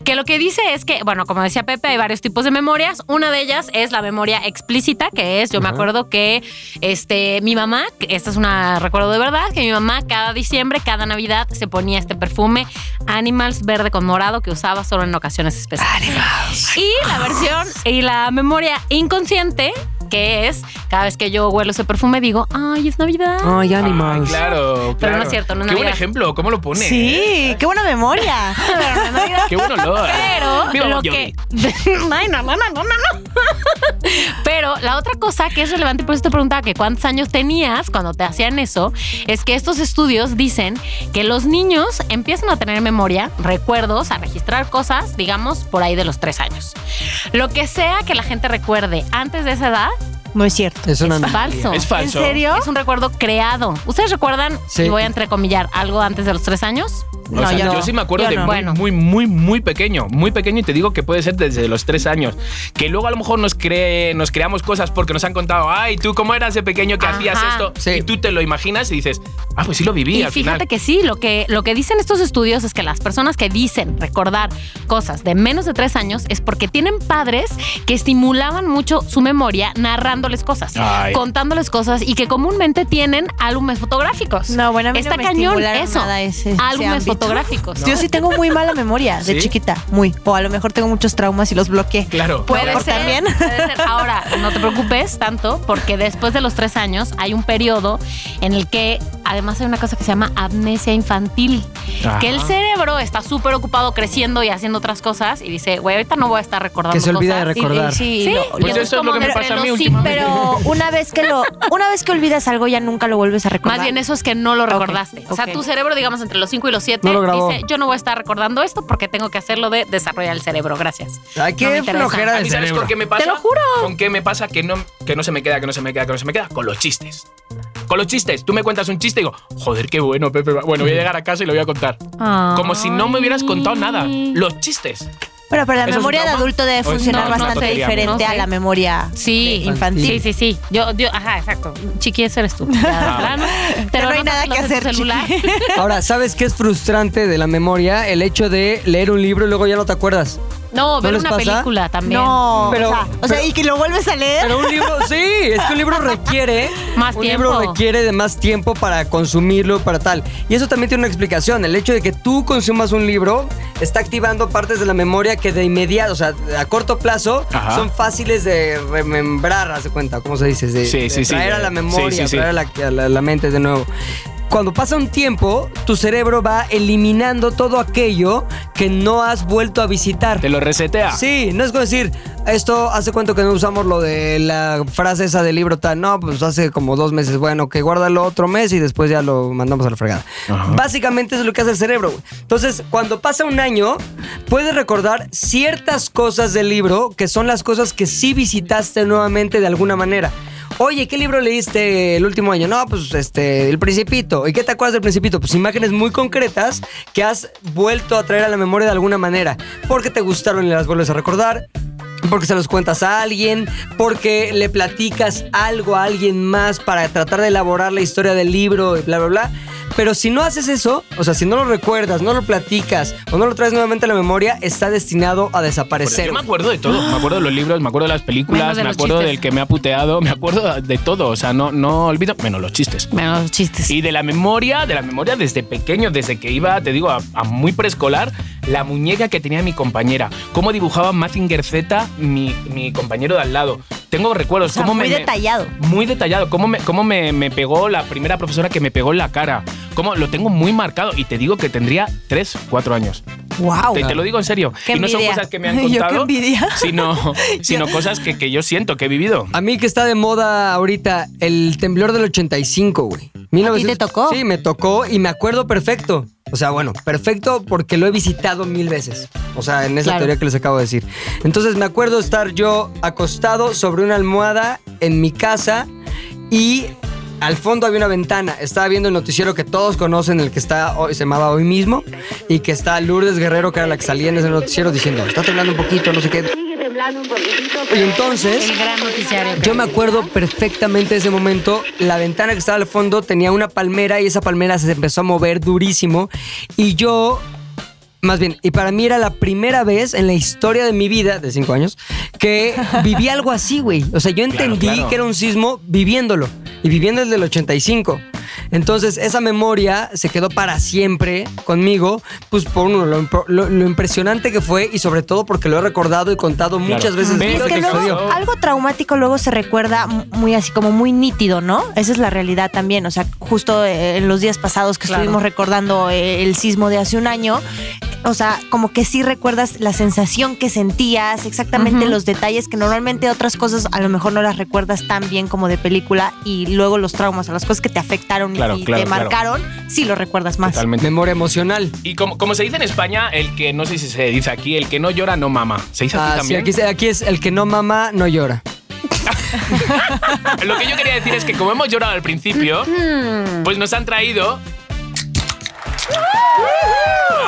que lo que dice es que, bueno, como decía Pepe, hay varios tipos de memorias, una de ellas es la memoria explícita, que es, yo me acuerdo que este, mi mamá, que esta es una recuerdo de verdad, que mi mamá cada diciembre, cada Navidad se ponía este perfume Animals verde con morado que usaba solo en ocasiones especiales. Y la versión y la memoria inconsciente, que es cada vez que yo huelo ese perfume digo, ay, es Navidad.
Ay,
Ay,
animals.
claro, claro.
Pero no es cierto, no es
Qué buen
Navidad.
ejemplo, ¿cómo lo pone?
Sí, qué buena memoria.
Qué buen olor.
Pero
Viva
lo
Bon
que.
Jovi.
Ay, no, no, no, no, no, no. Pero la otra cosa que es relevante, y por eso te preguntaba que cuántos años tenías cuando te hacían eso, es que estos estudios dicen que los niños empiezan a tener memoria, recuerdos, a registrar cosas, digamos, por ahí de los tres años. Lo que sea que la gente recuerde antes de esa edad
No es cierto.
Es una
es falso.
Es falso.
¿En serio?
Es un recuerdo creado. ¿Ustedes recuerdan,
Sí.
y voy a entrecomillar, algo antes de los tres años?
O sea,
yo
yo,
no.
sí me acuerdo
Yo
de
no.
muy,
Bueno.
muy, muy, muy pequeño, muy pequeño y te digo que puede ser desde los tres años. Que luego a lo mejor nos, cree, nos creamos cosas porque nos han contado, ay, tú cómo eras de pequeño que
Ajá.
hacías esto
Sí.
y tú te lo imaginas y dices, ah, pues sí lo viví
Y
al
fíjate
final.
que sí, lo que, lo que dicen estos estudios es que las personas que dicen recordar cosas de menos de tres años es porque tienen padres que estimulaban mucho su memoria narrándoles cosas,
Ay.
contándoles cosas y que comúnmente tienen álbumes fotográficos.
No, bueno, a mí no
Está
me
cañón
estimularon
eso.
nada ese- ese
álbumes
ámbito.
fotográficos.
Yo sí tengo muy mala memoria de
¿Sí?
chiquita, muy. O a lo mejor tengo muchos traumas y los bloqueé.
Claro.
Puede
Por
ser,
también.
puede ser. Ahora, no te preocupes tanto, porque después de los tres años hay un periodo en el que además hay una cosa que se llama amnesia infantil.
Ajá.
Que el cerebro está súper ocupado creciendo y haciendo otras cosas y dice, güey, ahorita no voy a estar recordando.
Que se olvida de
cosas".
recordar.
Sí,
Sí, lo-
y
lo-
Pues
entonces
eso es lo
como
que me
entre
pasa a
los
mí
sí,
últimamente.
Pero una vez que lo, una vez que olvidas algo ya nunca lo vuelves a recordar.
Más bien eso es que no lo
Ok,
recordaste. O sea,
ok.
tu cerebro, digamos, entre los 5 y los 7,
No lo grabó.
dice, yo no voy a estar recordando esto porque tengo que hacerlo de desarrollar el cerebro. Gracias.
Ay,
No me
qué
interesa.
flojera
¿A
de
mí sabes
cerebro.
con qué me pasa?
Te lo juro.
¿Con qué me pasa que no, que no se me queda, que no se me queda, que no se me queda? Con los chistes. Con los chistes. Tú me cuentas un chiste y digo, joder, qué bueno, Pepe. Bueno, voy a llegar a casa y lo voy a contar. Como si no me hubieras contado nada. Los chistes.
Pero, pero la
¿Eso es un
memoria de
trauma?
adulto
¿O
debe
es una-
no,
funcionar
es una
bastante
tontería, amor?
diferente
No
a
sé.
la memoria
Sí,
de infantil.
Sí, sí, sí. Yo, yo, ajá, exacto. Chiqui, eso eres tú. Plano. Te
Pero
lo
no hay
anotas
nada
en
que
tu
hacer,
celular.
chiqui.
Ahora, ¿sabes qué es frustrante de la memoria? El hecho de leer un libro y luego ya no te acuerdas.
No, ver
les
una
pasa?
película también.
No,
Pero-
o sea, o sea, y que lo vuelves a leer.
Pero un libro, sí, es que un libro requiere
Más
un
tiempo.
libro requiere de más tiempo para consumirlo, para tal. Y eso también tiene una explicación. El hecho de que tú consumas un libro está activando partes de la memoria que de inmediato, o sea, a corto plazo,
Ajá.
son fáciles de remembrar, haz de cuenta, ¿cómo se dice? De,
Sí,
de
sí, sí,
traer a
de-
la memoria,
sí, sí, sí.
traer a la, a la- a la mente de nuevo. Cuando pasa un tiempo, tu cerebro va eliminando todo aquello que no has vuelto a visitar.
Te lo resetea.
Sí, no es como decir, esto hace cuánto que no usamos lo de la frase esa del libro tal. No, pues hace como dos meses. Bueno, que guárdalo otro mes y después ya lo mandamos a la fregada. Básicamente eso es lo que hace el cerebro. güey. Entonces, cuando pasa un año, puedes recordar ciertas cosas del libro que son las cosas que sí visitaste nuevamente de alguna manera. Oye, ¿qué libro leíste el último año? No, pues este, El Principito. ¿Y qué te acuerdas del Principito? Pues imágenes muy concretas que has vuelto a traer a la memoria de alguna manera. Porque te gustaron y las vuelves a recordar. porque se los cuentas a alguien, porque le platicas algo a alguien más para tratar de elaborar la historia del libro y bla, bla, bla. Pero si no haces eso, o sea, si no lo recuerdas, no lo platicas o no lo traes nuevamente a la memoria, está destinado a desaparecer.
Pues Yo me acuerdo de todo. Me acuerdo de los libros, me acuerdo de las películas,
Menos de
me
los
acuerdo
chistes.
del que me ha puteado, me acuerdo de todo. O sea, no, no olvido, menos los chistes.
Bueno, los chistes.
Y de la memoria, de la memoria desde pequeño, desde que iba, te digo, a, a muy preescolar, la muñeca que tenía mi compañera, cómo dibujaba Mazinger Z mi, mi compañero de al lado. Tengo recuerdos.
O sea,
cómo me-
muy
me-
detallado.
Muy detallado. Cómo, me, cómo me, me pegó la primera profesora que me pegó en la cara. Cómo lo tengo muy marcado. Y te digo que tendría 3, 4 años.
¡Wow!
Te, te lo digo en serio.
Qué
y no son
envidia.
cosas que me han
Yo,
contado,
qué envidia.
sino, sino cosas que, que yo siento, que he vivido.
A mí que está de moda ahorita el temblor del 85, güey. 1900
te tocó?
Sí, me tocó y me acuerdo perfecto. O sea, bueno, perfecto porque lo he visitado mil veces. O sea, en esa
Claro.
teoría que les acabo de decir. Entonces me acuerdo estar yo acostado sobre una almohada en mi casa y al fondo había una ventana. Estaba viendo el noticiero que todos conocen, el que está hoy, se llamaba hoy mismo, y que está Lourdes Guerrero, que era la que salía en ese noticiero, diciendo, está temblando un poquito, no sé qué. Y entonces...
El gran noticiario.
Yo me acuerdo perfectamente de ese momento. La ventana que estaba al fondo tenía una palmera y esa palmera se empezó a mover durísimo. Y yo, más bien, y para mí era la primera vez en la historia de mi vida, de cinco años, que viví algo así, güey. O sea, yo entendí
claro.
que era un sismo viviéndolo y viviendo el del 85. Entonces, esa memoria se quedó para siempre conmigo, pues por uno, lo, impro- lo- lo impresionante que fue y sobre todo porque lo he recordado y contado muchas veces.
Pero
Y es
lo
que
te
luego
causó-
algo traumático luego se recuerda m- muy así como muy nítido, ¿no? Esa es la realidad también. O sea, justo eh, en los días pasados que
Claro.
estuvimos recordando eh, el sismo de hace un año, o sea, como que sí recuerdas la sensación que sentías, exactamente
Ujú.
los detalles que normalmente otras cosas a lo mejor no las recuerdas tan bien como de película y luego los traumas o las cosas que te afectaron
Claro,
y
claro,
te
claro.
marcaron, sí lo recuerdas más.
Totalmente.
Memoria emocional.
Y como, como se dice en España, el que no sé si se dice aquí, el que no llora no mama. ¿Se dice aquí
Ah, sí,
también?
aquí, se- aquí es el que no mama, no llora.
Lo que yo quería decir es que como hemos llorado al principio, pues nos han traído.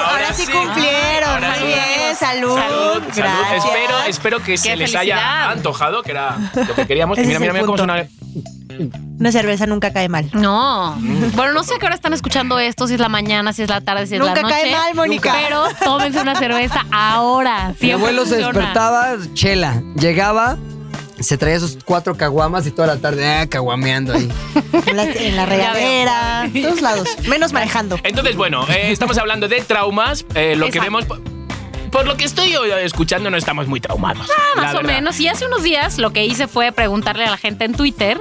Ahora sí cumplieron,
Ahora
muy
sí.
bien, salud,
Salud, salud.
gracias.
Espero, espero que se
Qué
les
felicidad.
haya antojado, que era lo que queríamos. Y
Ese
mira,
es
mira,
el
mira cómo
punto.
suena.
Una cerveza nunca cae mal.
No. Bueno, no sé a qué hora están escuchando esto, si es la mañana, si es la tarde, si es la
Nunca
noche.
cae mal, Mónica.
Pero tómense una cerveza ahora.
Mi
Siempre
abuelo se
funciona.
despertaba, chela. Llegaba, se traía esos cuatro caguamas y toda la tarde, ah, caguameando ahí.
En la, en la regadera, en todos lados. Menos manejando.
Entonces, bueno, eh, estamos hablando de traumas. eh, lo
Exacto.
que vemos. Por, por lo que estoy hoy escuchando, no estamos muy traumados.
Ah, más
la
o
verdad.
menos. Y hace unos días lo que hice fue preguntarle a la gente en Twitter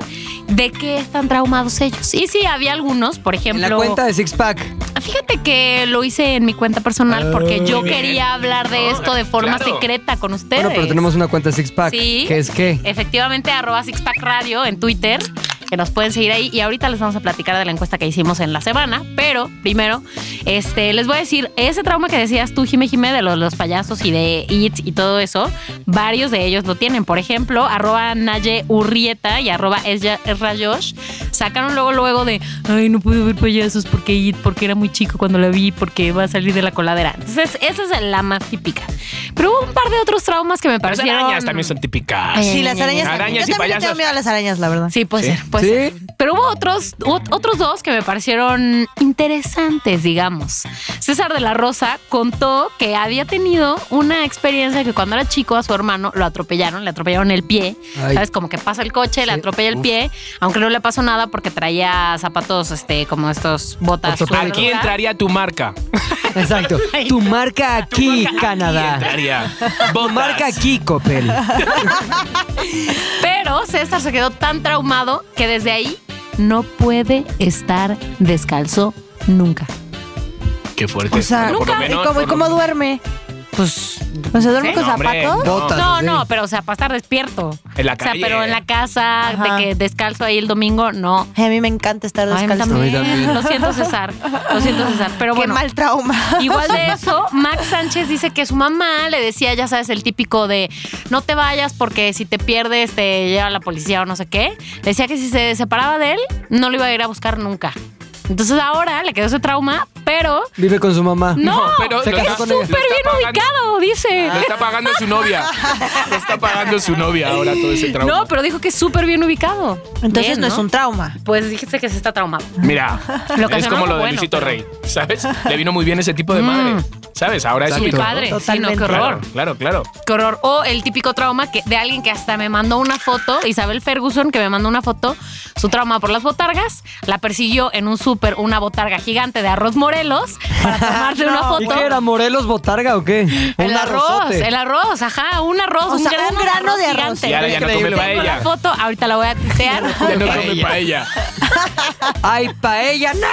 de qué están traumados ellos. Y sí, había algunos, por
En
ejemplo.
la cuenta de Six Pack.
Fíjate que lo hice en mi cuenta personal porque yo
bien.
quería hablar de
No,
esto de forma
claro.
secreta con ustedes.
Bueno, pero tenemos una cuenta de Six Pack.
Sí.
¿Qué es qué?
Efectivamente, arroba Sixpack Radio en Twitter, que nos pueden seguir ahí. Y ahorita les vamos a platicar de la encuesta que hicimos en la semana. Pero primero, este, les voy a decir, ese trauma que decías tú, Jime Jime, de los, los payasos y de IT y todo eso, varios de ellos lo tienen. Por ejemplo, arroba Naye Urrieta y arroba Esya- Esra Josh sacaron luego, luego de, ay, no pude ver payasos porque IT, porque era muy chico cuando la vi, porque va a salir de la coladera. Entonces, esa es la más típica. Pero hubo un par de otros traumas que me
Las
parecieron...
arañas Pues también son típicas.
Ay,
Sí, las arañas.
Arañas
yo
y
también le tengo
payasos.
miedo a las arañas, la verdad.
Pues Sí, puede
Sí.
ser, puede
Sí.
ser. Pero hubo otros, ot- otros dos que me parecieron interesantes, digamos. César de la Rosa contó que había tenido una experiencia que cuando era chico a su hermano lo atropellaron, le atropellaron el pie.
Ay.
¿Sabes? Como que pasa el coche, le
Sí.
atropella el
Uf.
pie, aunque no le pasó nada porque traía zapatos, este, como estos botas. sueltas.
Aquí entraría tu marca.
Exacto. Tu marca aquí, Canadá.
Entraría.
Tu
Botas.
marca aquí, Copel.
Pero César se quedó tan traumado que desde ahí no puede estar descalzo nunca.
Qué fuerte.
pues, O sea,
Bueno, por lo
¿y
menos,
cómo, y
por lo
cómo
menos.
duerme?
Pues
¿No se duerme
Sí,
con
no, hombre,
zapatos?
no.
Botas.
No,
así.
no, pero o sea, para estar despierto.
En la
O
calle.
sea, pero en la casa,
Ajá.
de que descalzo ahí el domingo, no.
Ay, a mí me encanta estar
Ay, a mí
descalzo.
también. A mí también.
Lo siento, César. Lo siento, César. Pero
Qué
bueno.
mal trauma.
Igual de eso, Max Sánchez dice que su mamá le decía, ya sabes, el típico de no te vayas porque si te pierdes te lleva la policía o no sé qué. Decía que si se separaba de él, no lo iba a ir a buscar nunca. Entonces ahora le quedó ese trauma, pero
Vive con su mamá.
no,
pero
se
lo
casó
está-
con
súper
ella.
bien
lo está pagando-
ubicado, dice.
Lo está pagando su novia. Lo está pagando su novia ahora todo ese trauma.
No, pero dijo que es súper bien ubicado.
Entonces
Bien,
no es un trauma.
Pues dijiste que se está traumado.
Mira,
Lo que
es
se
como
enoja,
lo de
bueno,
Luisito
pero-
Rey, ¿sabes? Le vino muy bien ese tipo de madre, ¿sabes? Ahora es
Sí,
Mi
único.
padre. Sí, no, qué
Totalmente.
horror.
Claro, claro, claro.
Qué horror. O el típico trauma que, de alguien que hasta me mandó una foto, Isabel Ferguson, que me mandó una foto, su trauma por las botargas, la persiguió en un súper una botarga gigante de arroz morelos para tomarse una
Ah, No.
foto.
¿Y qué era? ¿Morelos Botarga o qué?
El
Un
arroz,
arrozote.
el arroz, ajá, un arroz,
O
un,
sea,
grano
un grano de arroz.
gigante.
Y ahora ya no come
Increíble.
Tengo la
paella.
foto, ahorita la voy a tuitear.
Ya no come paella.
¡Ay, paella! ¡No!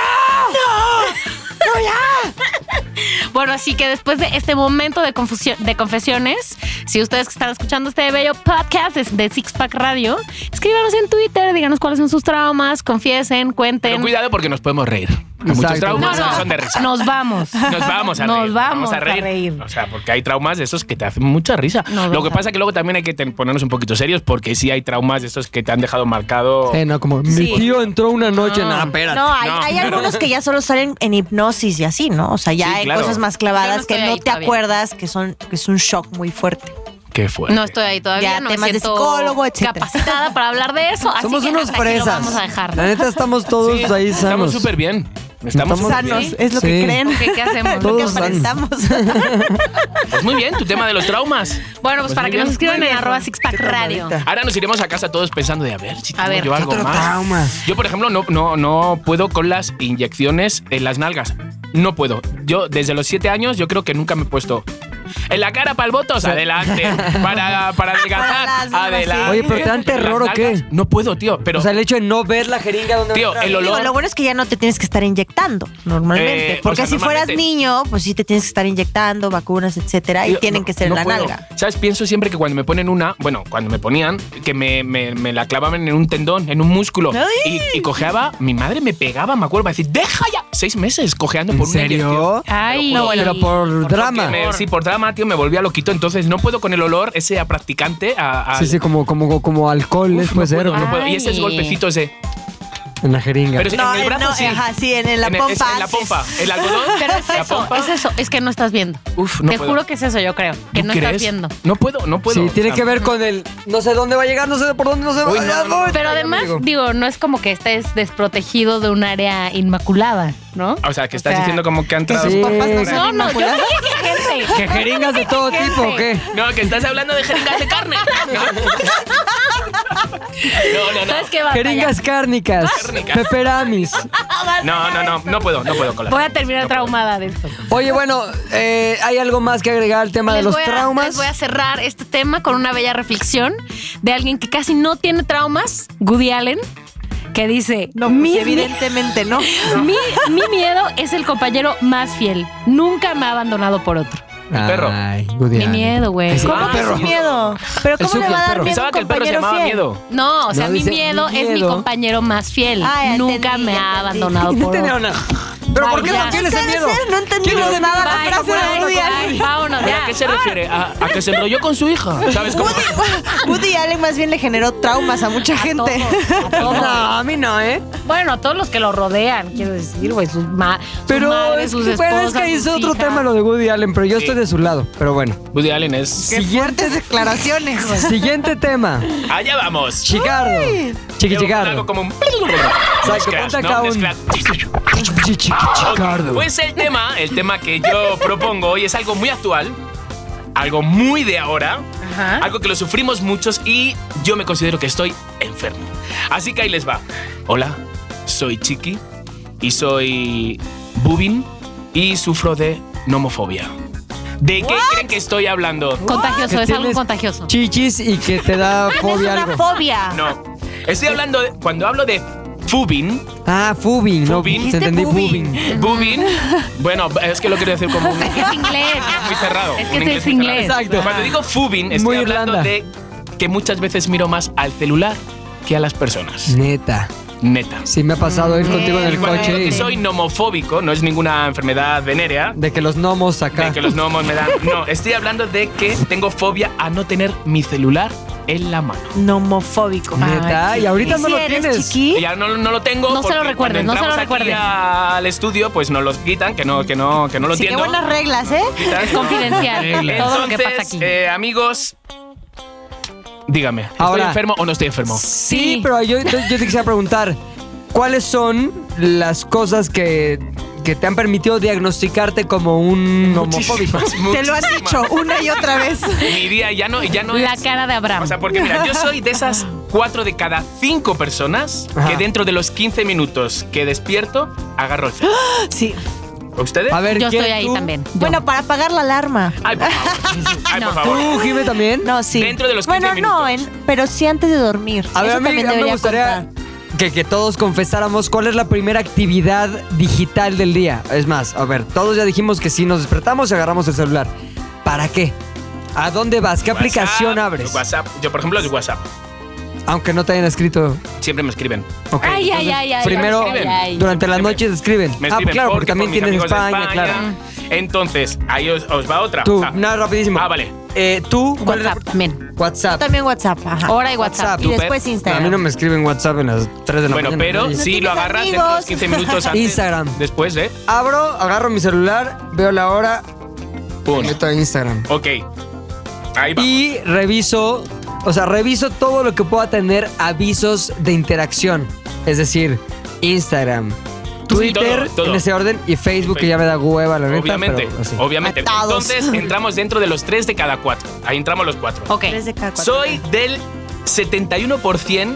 Bueno, así que después de este momento de, confusión, de confesiones, si ustedes que están escuchando este bello podcast de, de Six Pack Radio, escríbanos en Twitter, díganos cuáles son sus traumas, confiesen,
Pero
cuenten.
cuidado porque nos podemos reír. Hay Muchos
Exacto.
traumas
No, no,
son de risa.
Nos vamos.
Nos vamos a
Nos
reír.
vamos a reír.
O sea, porque hay traumas de esos que te hacen mucha risa.
Nos
Lo
vamos
que
a
pasa es que luego también hay que ten- ponernos un poquito serios porque sí hay traumas de esos que te han dejado marcado.
Eh, no, como mi tío entró una noche. No, espérate.
No, hay,
No.
hay algunos que ya solo salen en hipnosis y así, ¿no? O sea, ya
Sí,
hay
claro.
cosas más
Yo
clavadas
no estoy
que no
ahí
te
todavía.
acuerdas, que son que es un shock muy fuerte.
Qué fuerte.
No estoy ahí todavía,
Ya,
no
temas
me
de
siento
psicólogo, etcétera.
capacitada para hablar de eso. así
Somos
que
unos
hasta aquí lo
fresas.
vamos a dejar.
La neta, estamos todos
Sí,
ahí
Estamos
sanos.
súper bien. Estamos
Estamos
súper
Sanos,
bien.
es lo que
Sí.
creen.
Ok, ¿qué hacemos?
Lo que
Todos sanos.
aparentamos.
Pues muy bien, tu tema de los traumas.
Bueno, pues,
Pues
para
muy
que
bien.
nos escriban
Muy
en
bien.
arroba Sixpack Radio.
Ahora nos iremos a casa todos pensando de a ver si
A
tengo
ver,
yo
¿qué
algo
otro
más.
trauma?
Yo, por ejemplo, no, no, no puedo con las inyecciones en las nalgas. No puedo. Yo, desde los siete años, yo creo que nunca me he puesto. En la cara para el botox, adelante. Para, para adelgazar,
Para las nalgas,
adelante.
sí.
Oye, ¿pero te dan
En las
terror o qué?
nalgas, No puedo, tío. Pero,
O sea, el hecho de no ver la jeringa donde
tío,
va a
el
entrar.
Digo,
olor.
lo bueno es que ya no te tienes que estar inyectando normalmente.
Eh, o
porque
sea,
si fueras
normalmente-
niño, pues sí te tienes que estar inyectando, vacunas, etcétera, y
Yo
tienen
no-
que ser en
no
la
puedo.
nalga.
¿Sabes? Pienso siempre que cuando me ponen una, bueno, cuando me ponían, que me, me- me la clavaban en un tendón, en un músculo.
¡Ay!
Y, y cojeaba, mi madre me pegaba, me acuerdo, me decía, deja ya. Seis meses cojeando por
¿En
una inyección.
serio?
Ay,
No, bueno, pero por drama.
Me- sí, por drama, tío, me volvía loquito. Entonces no puedo con el olor ese a practicante. A, a-
Sí, sí, como, como, como alcohol,
Uf,
puede
no
ser.
puedo, no
¿no?
puedo. Y
Ay.
esos golpecitos de.
En la jeringa.
Pero sí,
No,
en el
eh,
brazo
no,
sí.
ajá, sí, en- en la
es-
pompa,
en la
sí.
pompa. El algodón.
Pero es
la
eso,
pompa.
es eso, es que no estás viendo.
Uf, no
Te
puedo.
juro que es eso, yo creo, que
¿Tú
no
crees?
estás viendo.
No puedo, no puedo. Ah,
sí, tiene
O sea,
que ver con el no sé dónde va a llegar, no sé por dónde, no sé
Uy,
dónde.
no, no, no.
Pero además, digo, no es como que estés desprotegido de un área inmaculada, ¿no?
O sea, que estás diciendo como que han entrado.
sus papás no
No, no, yo
inmaculada.
soy exigente.
Que jeringas de todo tipo, ¿o qué?
No, que estás hablando de jeringas de carne. No, no, no.
¿Sabes qué va?
Jeringas cárnicas,
Cárnicas.
peperamis.
No, no, no, no puedo, no puedo con la-
Voy a terminar
no puedo.
traumada de esto.
Oye, bueno, eh, ¿hay algo más que agregar al tema de los
voy a- les
traumas?
voy a cerrar este tema con una bella reflexión de alguien que casi no tiene traumas, Goody Allen, que dice,
No, pues,
mi,
evidentemente no.
mi- mi miedo es el compañero más fiel. Nunca me ha abandonado por otro.
El
perro.
Mi miedo, güey.
Ese-
¿Cómo
¿Cómo
Ah,
perro?
sí.
miedo? ¿Pero
El
cómo le
sucio,
va a
el
dar
perro.
miedo a
Pensaba
un
que el perro se
compañero
llamaba
fiel?
miedo.
No, o sea,
No,
mi,
dice,
miedo
mi
es mi
miedo.
compañero más fiel.
Ah, ya
Nunca
entendí,
me
ya
ha
entendí.
abandonado
No
por
entendieron
otro.
nada. ¿Pero por qué
Vaya.
no tienes ese
Puede
miedo?
ser, no entendí
¿Quién es
nada.
Bye,
frase de
bye,
Woody
bye.
Allen.
Vámonos,
¿Pero ¿A
ya.
qué se refiere? ¿A, a que se enrolló con su hija? ¿Sabes cómo?
Woody- Woody Allen más bien le generó traumas a mucha gente.
Todos, a todos.
No, a mí no, ¿eh?
Bueno, a todos los que lo rodean, quiero decir, güey, sus, ma sus
Pero
madres,
es,
sus
que,
esposas,
bueno, es que es
sus
otro
hijas.
tema lo de Woody Allen, pero yo
Sí.
estoy de su lado. Pero bueno.
Woody Allen es.
Siguiente,
declaraciones.
siguiente tema.
Allá vamos.
Chicardo. Chiqui
Algo
Chicardo.
como un.
ponte acá un-
mezclas.
Chiqui Chicardo.
Pues el tema, el tema que yo propongo hoy es algo muy actual, algo muy de ahora, algo que lo sufrimos muchos y yo me considero que estoy enfermo. Así que ahí les va. Hola, soy Chiqui y soy Bubin y sufro de nomofobia. ¿De qué creen que estoy hablando?
Contagioso,
Que
es algo
tienes
contagioso.
Chichis y que te da fobia
es una
algo.
fobia.
No, estoy hablando de, cuando hablo de Fubin,
Ah, Fubin. No, te
Fubin.
entendí
Dijiste
Fubin.
Bubin, bueno, es que lo quiero decir como un,
Es inglés.
muy cerrado.
Es
un
que es
muy cerrado.
inglés.
Exacto.
Ajá.
Cuando digo fubin, estoy
Muy
hablando
Irlanda.
de que muchas veces miro más al celular que a las personas.
Neta.
Neta.
Sí me ha pasado
Mm,
ir contigo en
Y
el
cuando digo
coche
que
y
soy nomofóbico, no es ninguna enfermedad venérea,
de que los gnomos acá.
de que los gnomos me dan. No, estoy hablando de que tengo fobia a no tener mi celular en la mano.
Nomofóbico.
Neta,
Ay,
y ahorita no
si
lo
eres
tienes.
chiqui,
Ya no, no lo tengo.
No se lo
porque
recuerdes,
cuando
no se lo
entramos aquí
recuerdes.
Al estudio, pues nos los quitan, que no, que no, que no lo
sí, qué
entiendo.
buenas reglas, ¿eh?
Quitan.
Es confidencial,
Entonces,
todo lo que pasa aquí.
eh, amigos, dígame, ¿estoy
Ahora.
enfermo o no estoy enfermo?
Sí, pero yo, yo- yo te quisiera preguntar, ¿cuáles son las cosas que, que te han permitido diagnosticarte como un homofóbico?
Te lo han
muchísimas.
dicho una y otra vez.
Mi día ya no, ya no
La
es.
cara de Abraham.
O sea, porque mira, yo soy de esas cuatro de cada cinco personas
Ajá.
que dentro de los 15 minutos que despierto, agarro el cel.
Sí.
¿Ustedes?
A ver,
yo
¿quién
estoy ahí
tú?
también. Yo.
Bueno, para apagar la alarma.
Ay, por favor. Ay, por
No.
favor.
¿Tú, Jime, también?
No, sí.
Dentro de los 15
Bueno, no,
minutos.
en- pero sí antes de dormir.
A ver,
Eso
a mí,
también
a mí me
debería
gustaría
contar.
que, que todos confesáramos cuál es la primera actividad digital del día. Es más, a ver, todos ya dijimos que si nos despertamos y agarramos el celular. ¿Para qué? ¿A dónde vas? ¿Qué aplicación
WhatsApp,
abres?
WhatsApp. Yo, por ejemplo, de WhatsApp.
Aunque no te hayan escrito.
Siempre me escriben.
Ok,
Ay, ay,
entonces,
ay, ay,
Primero,
ay, ay, ay.
durante la
Siempre.
noche escriben.
Me
ah,
escriben
claro, porque
con
también
mis
tienes
amigos de
España, claro.
Mm.
Entonces, ahí os, os va otra.
Tú,
Ah,
nada, rapidísimo.
Ah, vale.
Eh, tú, ¿cuál es la-
WhatsApp también.
WhatsApp.
También WhatsApp, ajá.
Hora y WhatsApp.
Y
Tú,
después
Pep.
A mí
Instagram.
no me escriben WhatsApp en las 3 de la
Bueno,
mañana.
pero
¿no?
si lo
tienes
agarras dentro de los
amigos.
15 minutos antes.
Instagram.
Después, ¿eh?
Abro, agarro mi celular, veo la hora, me
Pum.
meto a Instagram.
Ok. Ahí va.
Y reviso, o sea, reviso todo lo que pueda tener avisos de interacción. Es decir, Instagram, Twitter,
todo, todo.
en ese orden, y Facebook,
Y
que ya me da hueva, la neta.
Obviamente,
pero así.
obviamente.
Atados.
Entonces entramos dentro de los tres de cada cuatro. Ahí entramos los cuatro.
Ok.
Tres de cada cuatro.
Soy del 71%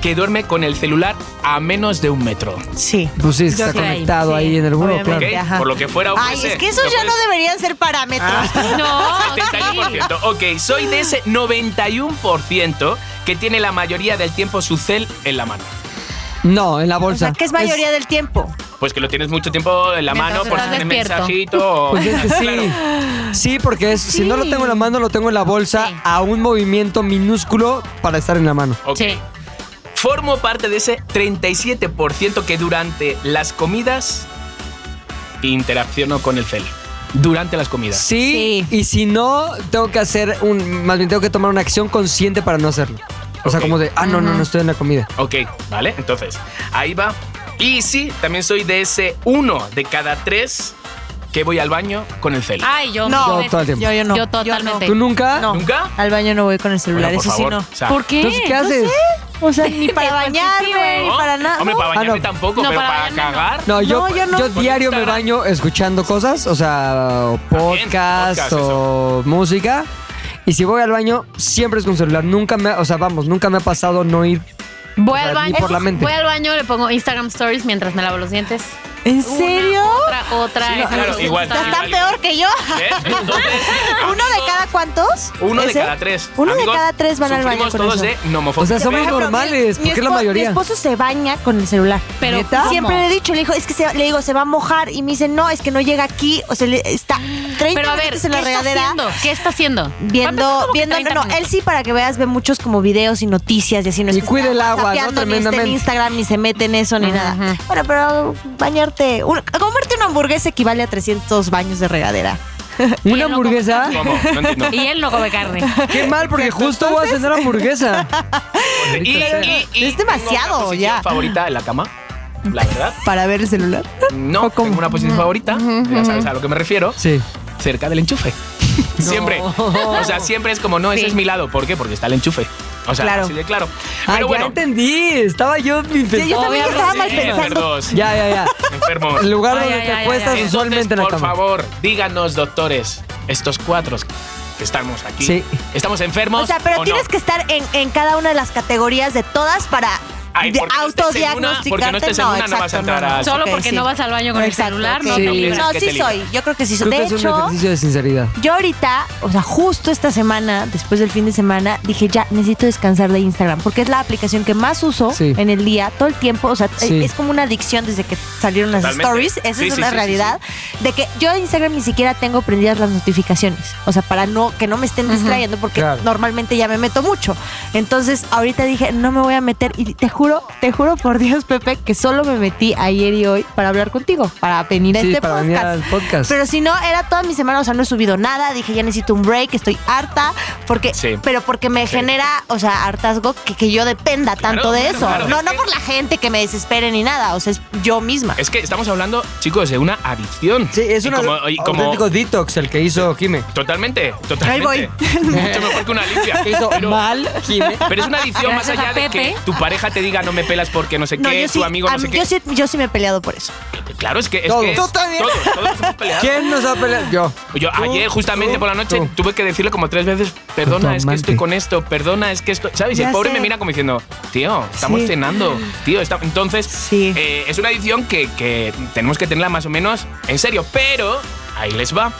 que duerme con el celular a menos de un metro.
Sí.
Pues sí, es que
Yo
está
soy ahí,
conectado ahí,
sí,
en el muro,
obviamente.
claro.
¿Ok?
Ajá.
Por lo que fuera
Ay,
fuese,
es que esos
lo
ya
puedes-
no deberían ser parámetros.
No, sí.
71%. Ok, soy de ese 91% que tiene la mayoría del tiempo su cel en la mano.
No, en la
O
bolsa.
sea, que es mayoría del tiempo.
Pues que lo tienes mucho tiempo en la
Mientras
mano por si
estás
tiene
despierto.
mensajito. o-
Pues es que sí.
Claro.
Sí, porque es- si no lo
Sí.
tengo en la mano, lo tengo en la bolsa
Sí.
a un movimiento minúsculo para estar en la mano.
Ok.
Sí.
Formo parte de ese 37% que durante las comidas interacciono con el cel. Durante las comidas.
Sí, y si no, tengo que hacer un. Más bien, tengo que tomar una acción consciente para no hacerlo. O sea,
Ok.
como de, ah, no, no, no estoy en la comida.
Ok, vale, entonces, ahí va. Y sí, también soy de ese uno de cada tres que voy al baño con el cel.
Ay, yo.
No.
mil
Yo todo el
veces.
tiempo.
Yo, yo no.
Yo totalmente.
¿Tú nunca?
No.
¿Nunca?
Al baño no voy con el
Bueno,
celular,
por
eso
favor.
sí no.
o sea,
¿Por qué?
Entonces, ¿qué haces?
O sea, ni para bañarme,
güey.
ni
¿no?
para nada.
Hombre, para
no.
Ah, no.
bañarme tampoco,
No,
pero
para
para,
bañarme no.
cagar.
No, yo,
No, yo no.
yo
Con
diario me
Instagram.
baño escuchando cosas, o sea, o
También,
podcast,
podcast,
o música. Y si voy al baño, siempre es con celular. Nunca me, o sea, vamos, nunca me ha pasado no ir.
Voy al
Ni
baño.
por la mente.
Voy al baño, le pongo Instagram Stories mientras me lavo los dientes. Una,
¿En serio?
otra, otra.
Sí,
Eso
claro,
me
igual,
gusta.
¿Estás tan
Igual.
pues peor que yo?
¿Eh? Entonces,
¿Uno de
amigos,
cada cuántos?
Uno de
¿Ese?
cada tres.
Uno
Amigos,
de cada tres van al baño
sufrimos
con
todos ¿eh?
eso.
de nomofobia.
O sea,
Por
somos
ejemplo,
normales,
mi- mi
¿por qué la
esposo-
mayoría?
Mi esposo se baña con el celular.
Pero,
¿Neta?
¿cómo?
siempre le he dicho, le digo, es que se- le digo, se va a mojar y me dice, "No, es que no llega aquí", o sea, le- está 30
Pero a ver,
minutos
¿qué
en la
está
regadera.
haciendo? ¿Qué está haciendo? Para empezar,
Viendo,
¿cómo que
viendo,
30
no, no, él
minutos?
sí para que veas ve muchos como videos y noticias y así no
Y
es que
cuida
está
el agua, ¿no?
zapeando, ni está en
Tremendamente.
Instagram ni se mete en eso ni nada. Bueno, pero bañarte, un- comerte una hamburguesa equivale a 300 baños de regadera.
Una
no como-
hamburguesa.
¿Cómo? No entiendo.
Y él no come carne.
Qué mal, porque justo voy a cenar hamburguesa.
Y- y- y
Es
tengo una
demasiado,
posición
ya.
favorita en la cama, la verdad.
Para ver el celular.
No, tengo una posición favorita, ya sabes a lo que me refiero.
Sí.
cerca del enchufe. siempre. O sea, siempre es como, no, ese
Sí.
es mi lado. ¿por qué? Porque está el enchufe. O sea,
Claro.
así de claro.
Ah,
Pero
ya
bueno,
entendí. Estaba yo
Sí, yo
intentando.
también
Obviamente,
estaba mal
sí,
pensando.
enfermos,
Ya, ya, ya.
enfermos.
El lugar
Ay,
donde
ay,
te
ay,
acuestas
ay, ay.
Entonces,
usualmente en la
por
cama.
favor, díganos, doctores, estos cuatro que estamos aquí,
Sí.
¿estamos enfermos
O sea, pero
o
tienes
no?
que estar en, en cada una de las categorías de todas para
Ay,
de-
porque no estés en una-
autodiagnosticarte.
porque no estés en una, no vas a entrar a-
Solo
Ah, Ok,
porque
sí.
no vas al baño con el
Exacto,
celular,
ok.
no
Sí.
te
obligas
No,
que te
sí
libras.
soy. Yo creo que sí soy.
Creo
De
que es un
hecho,
ejercicio de sinceridad.
Yo ahorita, o sea, justo esta semana, después del fin de semana, dije ya necesito descansar de Instagram porque es la aplicación que más uso
Sí.
en el día, todo el tiempo. O sea, eh,
Sí.
es como una adicción desde que salieron las
Totalmente.
stories. Esa
Sí,
es
sí,
una
sí, sí,
realidad de que yo en Instagram ni siquiera tengo prendidas las notificaciones. O sea, para no que no me estén distrayendo porque
Claro.
normalmente ya me meto mucho. Entonces, ahorita dije no me voy a meter y te juro, te juro por Dios, Pepe, que solo me metí ayer y hoy para hablar contigo, para venir a
Sí,
este
para
podcast.
venir al podcast.
Pero si no, era toda mi semana, o sea, no he subido nada. Dije, ya necesito un break, estoy harta. Porque,
Sí.
Pero porque me
Sí.
genera, o sea, hartazgo que, que yo dependa tanto de
claro,
eso.
claro.
No,
Es
no
que-
por la gente que me desespere ni nada, o sea, es yo misma.
Es que estamos hablando, chicos, de una adicción.
Sí, es
Y
un
como- y como-
auténtico detox el que hizo Jime.
Totalmente, totalmente.
Ahí voy.
Mucho mejor que una limpia.
Que hizo
Pero-
mal Jime.
Pero es una adicción
Gracias
más allá
a
de
Pepe.
que tu pareja te diga no me pelas porque no sé
No,
qué,
yo
tu
sí,
amigo
a
no sé
mí-
qué.
yo sí, yo sí me he peleado por eso.
Claro, es que es
Todos.
que es-
Tú
también.
Todos, todos hemos peleado.
¿Quién nos va a pelear? Yo.
Yo
Tú,
ayer justamente
tú,
por la noche
tú.
tuve que decirle como tres veces, perdona,
Puto
es que
amante.
estoy con esto, perdona, es que esto, ¿sabes? Y
Ya
el pobre
sé.
me mira como diciendo, tío, estamos
Sí.
cenando, tío, está-". entonces
Sí.
eh, es una adicción que, que tenemos que tenerla más o menos en serio, pero ahí les va.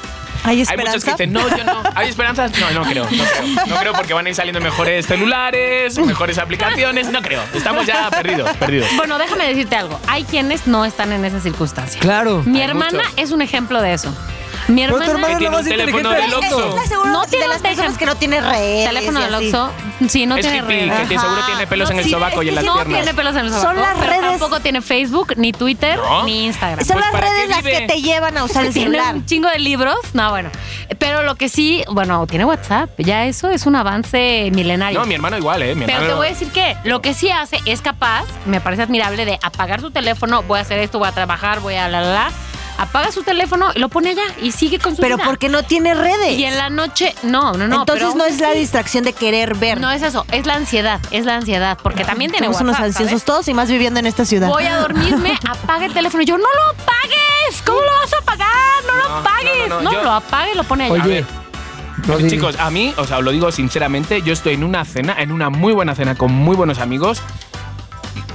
Hay
Hay muchos que
esperanza.
dicen, no, yo no. ¿Hay esperanzas? No, no creo, no creo. No creo porque van a ir saliendo mejores celulares, mejores aplicaciones. No creo. Estamos ya perdidos, perdidos.
Bueno, déjame decirte algo. Hay quienes no están en esa circunstancia.
Claro.
Mi
Hay
hermana
muchos.
es un ejemplo de eso. Mi
Pero
hermana.
tu hermana es la
tiene
más
un teléfono
inteligente del
del Oxxo.
mundo.
Está seguro
No
de
tiene
las personas
teléfono.
que no tiene redes.
Teléfono
y
del
así.
Oxxo. Sí, no
es
tiene
hippie,
redes.
que te- seguro tiene pelos en el
sí,
sobaco y en
es
las
que
No
piernas.
tiene pelos en el
Son
sobaco,
las
pero
redes.
Tampoco tiene Facebook, ni Twitter,
No.
ni Instagram.
Son
Pues,
las
¿para qué
redes las
vive?
que te llevan a usar el
tiene
celular.
un chingo de libros. No, bueno. Pero lo que sí, bueno, tiene WhatsApp. Ya eso es un avance milenario.
No, mi hermano igual, ¿eh? Mi
pero te
hermano-
voy a decir que lo que sí hace es capaz, me parece admirable, de apagar su teléfono, voy a hacer esto, voy a trabajar, voy a la la la. Apaga su teléfono y lo pone allá y sigue con su
Pero
vida.
porque no tiene redes.
Y en la noche, no, no, no.
Entonces
pero-
no es la distracción de querer ver.
No es eso, es la ansiedad, es la ansiedad, porque también tiene
Somos
WhatsApp,
unos
¿sabes?
ansiosos todos y más viviendo en esta ciudad.
Voy a dormirme, apaga el teléfono. Yo, no lo apagues. ¿Cómo lo vas a apagar? No
No,
lo
no,
apagues.
no,
No,
no, yo-
lo apague y lo pone allá.
A
Oye.
ver. eh,
no digas.
Chicos, a mí, o sea, os lo digo sinceramente, yo estoy en una cena, en una muy buena cena con muy buenos amigos.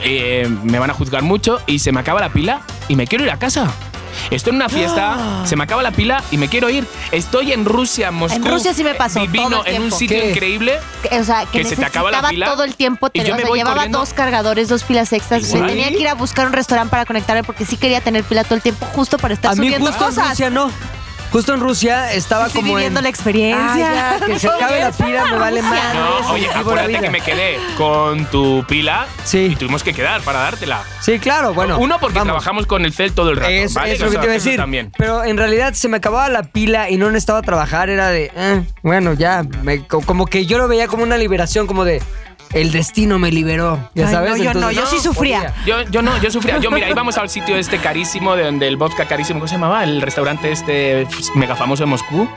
eh, me van a juzgar mucho y se me acaba la pila y me quiero ir a casa. Estoy en una fiesta, se me acaba la pila y me quiero ir. Estoy en Rusia, en Moscú.
Rusia sí me pasó,
Divino,
todo el
en un
tiempo.
sitio
¿Qué?
increíble.
Que- O sea, que,
que se te acaba la
necesitaba
pila
todo el tiempo.
y
Te,
yo
o
me
sea,
voy
llevaba
corriendo.
dos cargadores, dos pilas extras. Me
Igual.
tenía que ir a buscar un restaurante para conectarme porque sí quería tener pila todo el tiempo justo para estar
a mí
subiendo
justo en
cosas.
Rusia no. Justo en Rusia estaba
Estoy
como
viviendo
en...
la experiencia.
Ah, ya, que se acabe la pila, me vale
Ah,
madre.
No,
eso,
oye,
vivo la
acuérdate
vida.
que me quedé con tu pila
Sí.
y tuvimos que quedar para dártela.
Sí, claro, bueno.
Uno porque
vamos.
trabajamos con el cel todo el rato,
Es,
¿vale?
es
O
lo que
sea,
te iba a
eso
decir.
También.
Pero en realidad se me acababa la pila y no necesitaba trabajar. Era de, eh, bueno, ya. me- co- como que yo lo veía como una liberación, como de, el destino me liberó. Ya
Ay,
sabes.
no, yo no, yo sí sufría.
podía.
Yo, yo no, yo sufría. Yo, mira, íbamos al sitio este carísimo, de donde el vodka carísimo, ¿cómo se llamaba? El restaurante este mega famoso de Moscú.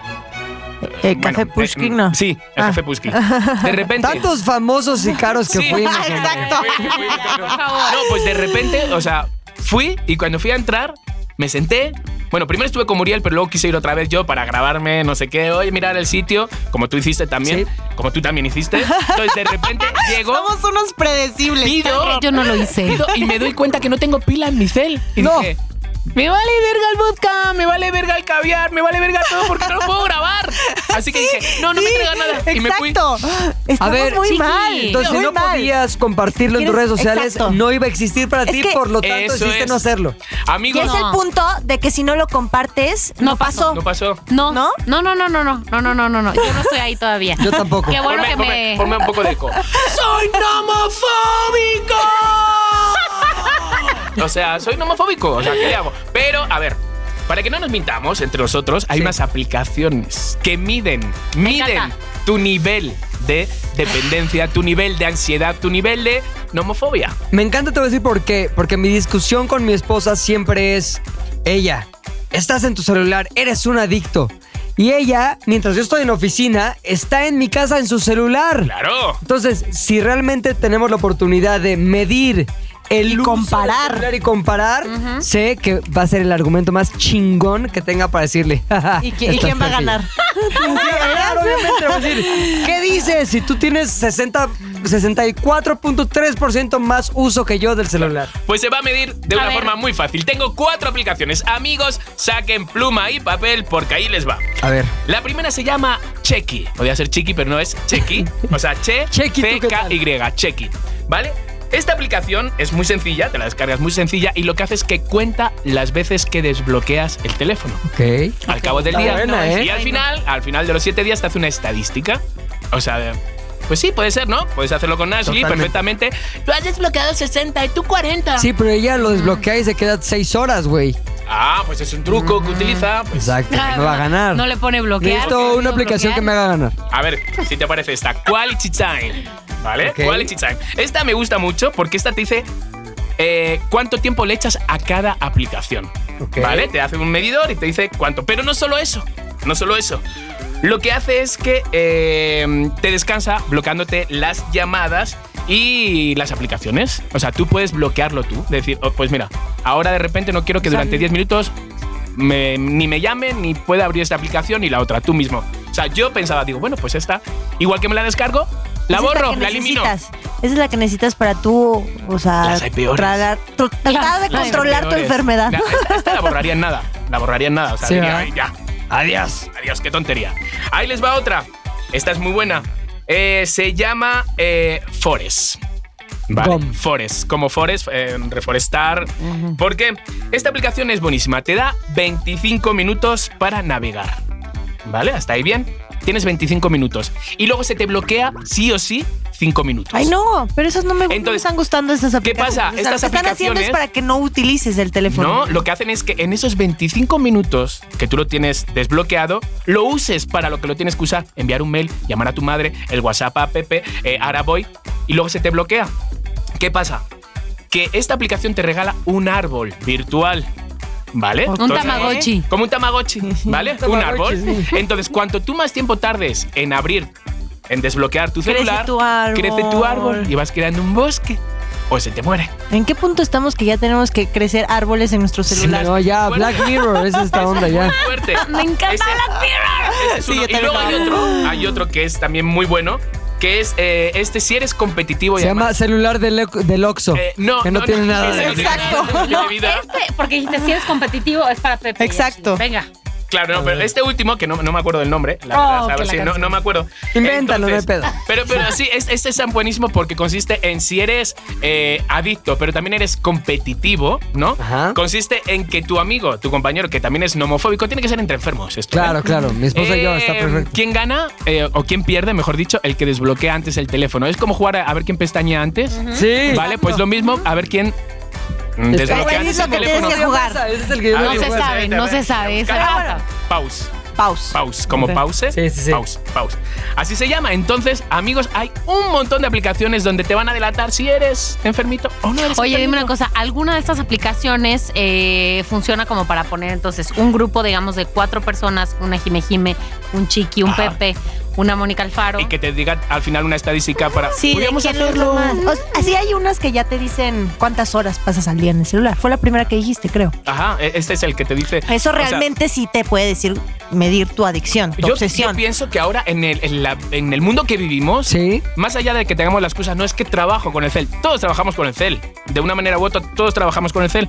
Eh, Café
eh,
Pushkin, ¿no?
Sí, el
Ah.
Café Pushkin. De repente.
Tantos famosos y caros que
Sí.
fuimos.
Ah,
hombre.
exacto.
Fui, fui, pero- No, pues de repente, o sea, fui y cuando fui a entrar, me senté. Bueno, primero estuve con Muriel, pero luego quise ir otra vez yo para grabarme, no sé qué, oye, mirar el sitio, como tú hiciste también,
Sí.
como tú también hiciste. Entonces, de repente llego,
Somos unos predecibles.
pido,
Yo no lo hice.
pido y me doy cuenta que no tengo pila en mi cel. Y
No.
dije, me vale verga el vodka, me vale verga el caviar, me vale verga todo porque no lo puedo grabar. Así que dije, no, no me
Sí,
traigan nada. Y me fui.
Exacto.
A
Estamos
ver,
muy
Chiqui.
mal.
Entonces, si
muy
no
mal.
podías compartirlo en tus redes
¿Quieres-
sociales,
exacto.
no iba a existir para
Es
ti,
que-
por lo tanto,
Eso
decidiste
es.
no hacerlo.
Y
Amigos,
es el punto de que si no lo compartes, no,
No
pasó.
pasó.
no pasó.
No,
¿No?
no, no, no, no, no, no, no, no, no, no, no. Yo no estoy ahí todavía.
Yo tampoco.
Qué bueno
ponme,
que
ponme-
me.
ponme un poco de eco. ¡Soy nomofóbico! o sea, soy nomofóbico. O sea, ¿qué le hago? Pero, a ver. Para que no nos mintamos entre nosotros, hay
Sí.
unas aplicaciones que miden, miden
encanta.
tu nivel de dependencia, tu nivel de ansiedad, tu nivel de nomofobia.
Me encanta, te voy a decir por qué. Porque mi discusión con mi esposa siempre es ella. Estás en tu celular, eres un adicto. Y ella, mientras yo estoy en la oficina, está en mi casa en su celular.
Claro.
Entonces, si realmente tenemos la oportunidad de medir el
Y
uso
comparar.
del celular y comparar, sé que va a ser el argumento más chingón que tenga para decirle.
¿Y, qui- y
estás
quién va a
tranquila.
ganar?
Sí, claro, obviamente, le voy a decir, ¿Qué dices si tú tienes 60, 64.3% más uso que yo del celular?
Pues se va a medir de
A
una
ver.
forma muy fácil. Tengo cuatro aplicaciones. Amigos, saquen pluma y papel porque ahí les va.
A ver.
La primera se llama Chequi. Podría ser Chiqui, pero no es Chequi. O sea, Che,
Chequi, ¿tú qué
C-K-Y, Chequi. ¿Vale? Esta aplicación es muy sencilla, te la descargas muy sencilla y lo que hace es que cuenta las veces que desbloqueas el teléfono.
Ok.
Al cabo del
Está
día.
Ah, buena,
Y
¿eh?
al final, al final de los siete días te hace una estadística. O sea, de- Pues sí, puede ser, ¿no? Puedes hacerlo con Ashley
Totalmente.
perfectamente. Tú has desbloqueado 60 y tú 40.
Sí, pero ella lo desbloquea y se queda seis horas, güey.
Ah, pues es un truco que utiliza. pues.
Exacto, no va a ganar.
No le pone bloquear.
Necesito una aplicación que me haga ganar.
A ver, si te parece esta, Quality Time. ¿Vale?
Ok.
Quality Time. Esta me gusta mucho porque esta te dice eh, cuánto tiempo le echas a cada aplicación.
Ok.
¿Vale? Te hace un medidor y te dice cuánto. Pero no solo eso, no solo eso. Lo que hace es que eh, te descansa bloqueándote las llamadas y las aplicaciones. O sea, tú puedes bloquearlo tú. Decir, oh, pues mira, ahora de repente no quiero que durante 10 minutos me- ni me llamen, ni pueda abrir esta aplicación ni la otra, tú mismo. O sea, yo pensaba, digo, bueno, pues esta, igual que me la descargo, la
Esa es
borro,
Pues que
la elimino.
necesitas. Esa es la que necesitas para tú, o sea,
Las hay peores.
tragar- tr- tratar de
Las
controlar tu
peores.
enfermedad.
La- esta, esta la borraría en nada. La borraría en nada. O sea,
Sí,
diría,
¿verdad?
"Ay, ya. Adiós. Adiós, qué tontería. Ahí les va otra. Esta es muy buena. Eh, se llama eh, Forest. Vale.
Gom.
Forest. Como Forest, eh, reforestar. Porque esta aplicación es buenísima. Te da 25 minutos para navegar. ¿Vale? Hasta ahí bien. Tienes 25 minutos. Y luego se te bloquea sí o sí 5 minutos.
Ay, no, pero esas no me, no me
Entonces,
están gustando estas aplicaciones.
pasa?
O sea,
Estas
lo que están haciendo es
aplicaciones-
para que no utilices el teléfono.
No, lo que hacen es que en esos 25 minutos que tú lo tienes desbloqueado, lo uses para lo que lo tienes que usar. Enviar un mail, llamar a tu madre, el WhatsApp a Pepe, eh, ahora voy, y luego se te bloquea. ¿Qué pasa? Que esta aplicación te regala un árbol virtual. ¿Vale?
Un Tamagotchi.
Como un Tamagotchi, ¿vale? un árbol.
Tamagotchi,
Entonces, cuanto tú más tiempo tardes en abrir, en desbloquear tu
Crece
celular,
tu árbol.
crece tu árbol y vas creando un bosque. O se te muere.
¿En qué punto estamos que ya tenemos que crecer árboles en nuestro celular?
No, ya,
Bueno.
Black Mirror, es esta onda ya.
Fuerte.
Me encanta
Ah, Ese-
Black Mirror.
es
Sí,
uno.
yo
y
también
luego
lo
hay
amo.
otro, hay otro que es también muy bueno, que es eh, este si eres competitivo y
Se llama
además-
celular del, del Oxxo,
Eh, no,
que no,
no,
tiene
no,
nada
ese
de
no tiene
Exacto.
nada de mi vida.
Este, porque dijiste, si eres competitivo, es para Pepe.
Exacto.
Venga.
Claro, no, pero este último, que no, no me acuerdo del nombre, la
Oh,
verdad,
que
¿sabes?
la
Sí, no,
canción.
no me acuerdo.
Invéntalo, no hay
Entonces,
pedo.
Pero, pero sí, es- este es buenísimo porque consiste en si eres eh, adicto, pero también eres competitivo, ¿no?
Ajá.
Consiste en que tu amigo, tu compañero, que también es nomofóbico, tiene que ser entre enfermos. Esto, ¿eh?
Claro, claro, mi esposa y yo, está
Eh,
perfecto.
¿Quién gana eh, o quién pierde, mejor dicho, el que desbloquea antes el teléfono? Es como jugar a, a ver quién pestaña antes.
Sí.
Vale, pues lo mismo, a ver quién mm,
Está
desbloquea
buenísimo
antes el
que tienes
teléfono.
que jugar.
Ese es el que yo
A
No
ver,
se
pues,
sabe,
vete,
no
vete,
se sabe,
busca-
esa es la
Ah, bueno. Pause.
Pause.
Pause, como
Ok.
pauses.
Sí, sí, sí.
Pause, pause. Así se llama. Entonces, amigos, hay un montón de aplicaciones donde te van a delatar si eres enfermito o no eres
Oye, dime
enfermito.
una cosa, ¿alguna de estas aplicaciones eh, funciona como para poner entonces un grupo, digamos, de cuatro personas, una Jime Jime, un Chiqui, un
Ajá.
Pepe, una Mónica Alfaro?
Y que te diga al final una estadística para.
Sí, de
"Podríamos
quién es lo más. O sea, así hay unas que ya te dicen cuántas horas pasas al día en el celular. Fue la primera que dijiste, creo.
Ajá, e- este es el que te dice.
Eso
o sea,
realmente sí te puede decir medir tu adicción, tu
yo, yo
obsesión.
pienso que ahora en el, en la- en el mundo que vivimos,
Sí.
más allá de que tengamos las cosas, no es que trabajo con el cel. Todos trabajamos con el cel. De una manera u otra, todos trabajamos con el cel.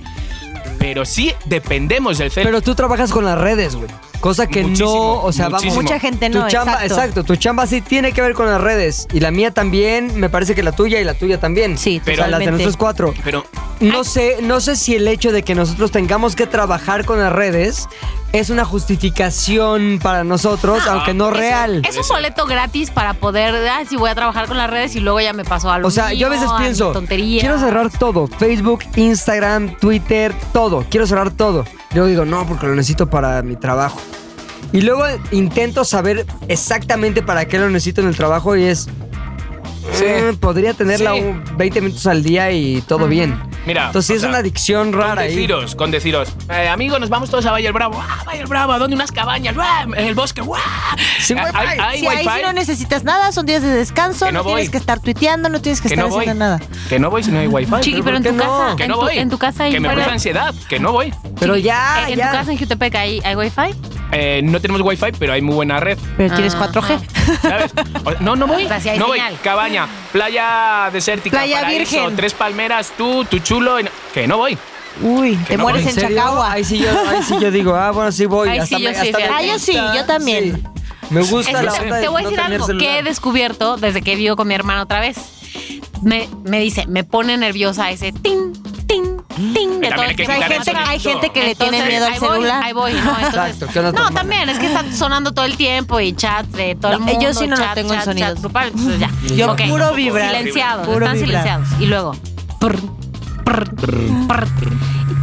Pero sí dependemos del cel.
Pero tú trabajas con las redes, güey. Cosa que no,
Muchísimo,
o sea, vamos.
muchísimo.
Mucha gente
tu
no,
chamba,
exacto.
tu chamba sí tiene que ver con las redes. Y la mía también, me parece que la tuya y la tuya también.
Sí,
O sea, las de
totalmente.
nosotros cuatro.
Pero
No sé, no sé si el hecho de que nosotros tengamos que trabajar con las redes es una justificación para nosotros, aunque no real.
Es un boleto gratis para poder, ah, si voy a trabajar con las redes y luego ya me paso algo.
O sea, yo a veces pienso,
tontería.
quiero cerrar todo, Facebook, Instagram, Twitter, todo, quiero cerrar todo. Yo digo, no, porque lo necesito para mi trabajo. Y luego intento saber exactamente para qué lo necesito en el trabajo y es, eh, podría tenerla
Sí.
un 20 minutos al día y todo bien.
Mira,
Entonces sí
o
es
sea,
una adicción rara
con
ahí.
deciros, con deciros. eh, amigo, nos vamos todos a Valle del Bravo. Ah, Valle del Bravo, ¿a dónde? Unas cabañas. ¡Uah! En el bosque. ¡Uah!
Sin
Eh,
wifi.
Hay, hay
Si ahí
wifi.
sí no necesitas nada, son días de descanso,
Que
no,
no
tienes
voy.
que estar tuiteando, no tienes que,
que
estar
no voy.
haciendo nada.
Que no voy si no hay wifi.
Chiqui, pero en tu
¿Por qué no?
casa,
que
en,
no
tu,
voy.
en tu casa hay
Que me
fuera-
produce ansiedad. Que no voy.
Pero ya,
en
ya.
tu casa en Jutepec hay, hay wifi.
Eh, no tenemos wifi, pero hay muy buena red.
Pero tienes
Ah.
4G.
¿Sabes? O- No, no voy.
O sea, si hay
no
señal.
voy. Cabaña, playa desértica,
Playa
paraíso,
virgen.
tres palmeras, tú, tu chulo. y no- que no voy.
Uy, te
no
mueres
voy.
en,
¿En serio?
Chacagua.
Ahí sí, yo, ahí sí yo digo, ah, bueno, sí voy.
Ahí sí yo sí, fíjate.
Ah, yo sí, yo también.
Sí. Me gusta
Es que
la
te,
onda de
te voy a
no
decir
tener
algo
celular.
que he descubierto desde que vivo con mi hermana otra vez. Me, me dice, me pone nerviosa ese ting, ting, ting de que
también hay que
todo el
quitar
tiempo
hay, gente,
el sonido.
hay gente que le tiene
Entonces,
miedo al
ahí voy,
celular.
ahí voy, no, entonces-
Exacto, ¿qué onda tu
no
mamá?
también, es que está sonando todo el tiempo y chat de todo el
No,
mundo.
yo sí no lo
chat,
tengo en
chat,
sonidos.
chat grupal, entonces ya.
Yo
Ok.
puro vibrar.
Silenciados,
Puro
están
vibrar.
silenciados. Y luego, prr, prr, prr.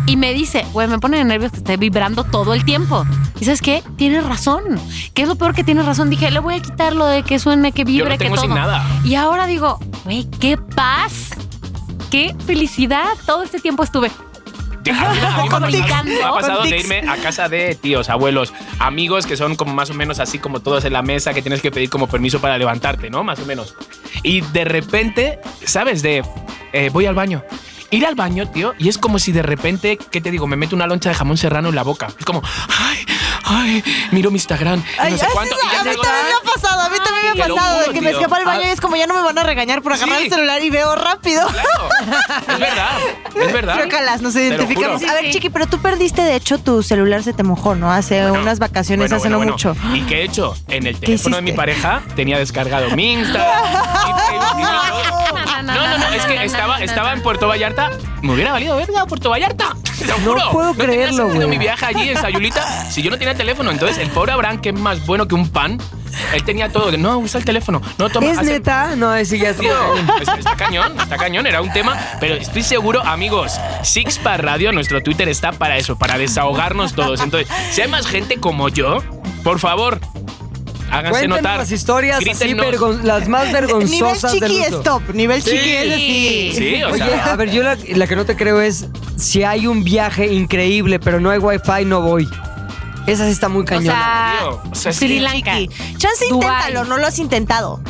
y me dice, güey, me pone de nervios que esté vibrando todo el tiempo. Y sabes qué, tienes razón. ¿Qué es lo peor que tienes razón? Dije, le voy a quitar lo de que suene, que vibre,
Yo lo tengo
que todo.
sin nada.
Y ahora digo, güey, qué paz, qué felicidad. Todo este tiempo estuve.
Te- a mí- a mí me ha pasado-
Con tics,
me ha
¿no?
pasado
Con
de
tics.
irme a casa de tíos, abuelos, amigos que son como más o menos así como todos en la mesa que tienes que pedir como permiso para levantarte, ¿no? Más o menos. Y de repente, ¿sabes? De eh, voy al baño. Ir al baño, tío, y es como si de repente, ¿qué te digo? Me meto una loncha de jamón serrano en la boca. Es como, ay, ay, miro mi Instagram. y
Ay,
no sé
a veces
cuánto. y ya
a mí
salgo-
también me ha pasado, a mí también me ha
te lo
pasado
juro,
de que me
tío.
escapa el baño y es como ya no me van a regañar por agarrar
Sí.
el celular y veo rápido.
Claro, es verdad, es verdad.
Creo que a las nos
lo
identificamos.
juro.
A ver, Chiqui, pero tú perdiste, de hecho, tu celular se te mojó, ¿no? Hace
Bueno,
unas vacaciones,
bueno,
hace
bueno, bueno.
no mucho.
¿Y qué he hecho? En el teléfono de mi
hiciste?
pareja tenía descargado mi Insta. mi Facebook, mi todo. No, no, no, es que estaba, estaba en Puerto Vallarta. Me hubiera valido verga Puerto Vallarta. Te lo
No
juro.
puedo
tenía
creerlo,
sentido
güey.
mi viaje allí en Sayulita, si yo no tenía teléfono, entonces el pobre Abraham, que es más bueno que un pan, él tenía todo. que, No, usa el teléfono. No, toma.
¿Es
haz el-
neta? No, sí, ya
Tío,
estuvo.
está, está cañón, está cañón, era un tema, pero estoy seguro, amigos, Sixpack Radio, nuestro Twitter está para eso, para desahogarnos todos. Entonces, si hay más gente como yo, por favor, háganse
Cuéntenos
notar.
las historias así
Grítennos.
vergon- las más
Nivel
vergonzosas del
Chiqui
uso.
stop, nivel Chiqui es
Sí.
así.
Sí, o
Oye,
sea,
a ver, yo la, la que no te creo es si hay un viaje increíble, pero no hay wifi, no voy. Esa sí está muy
O
cañona.
sea,
tío, o sea, es
Sri
que-
Lanka.
Chance
Dubai.
inténtalo, no lo has intentado.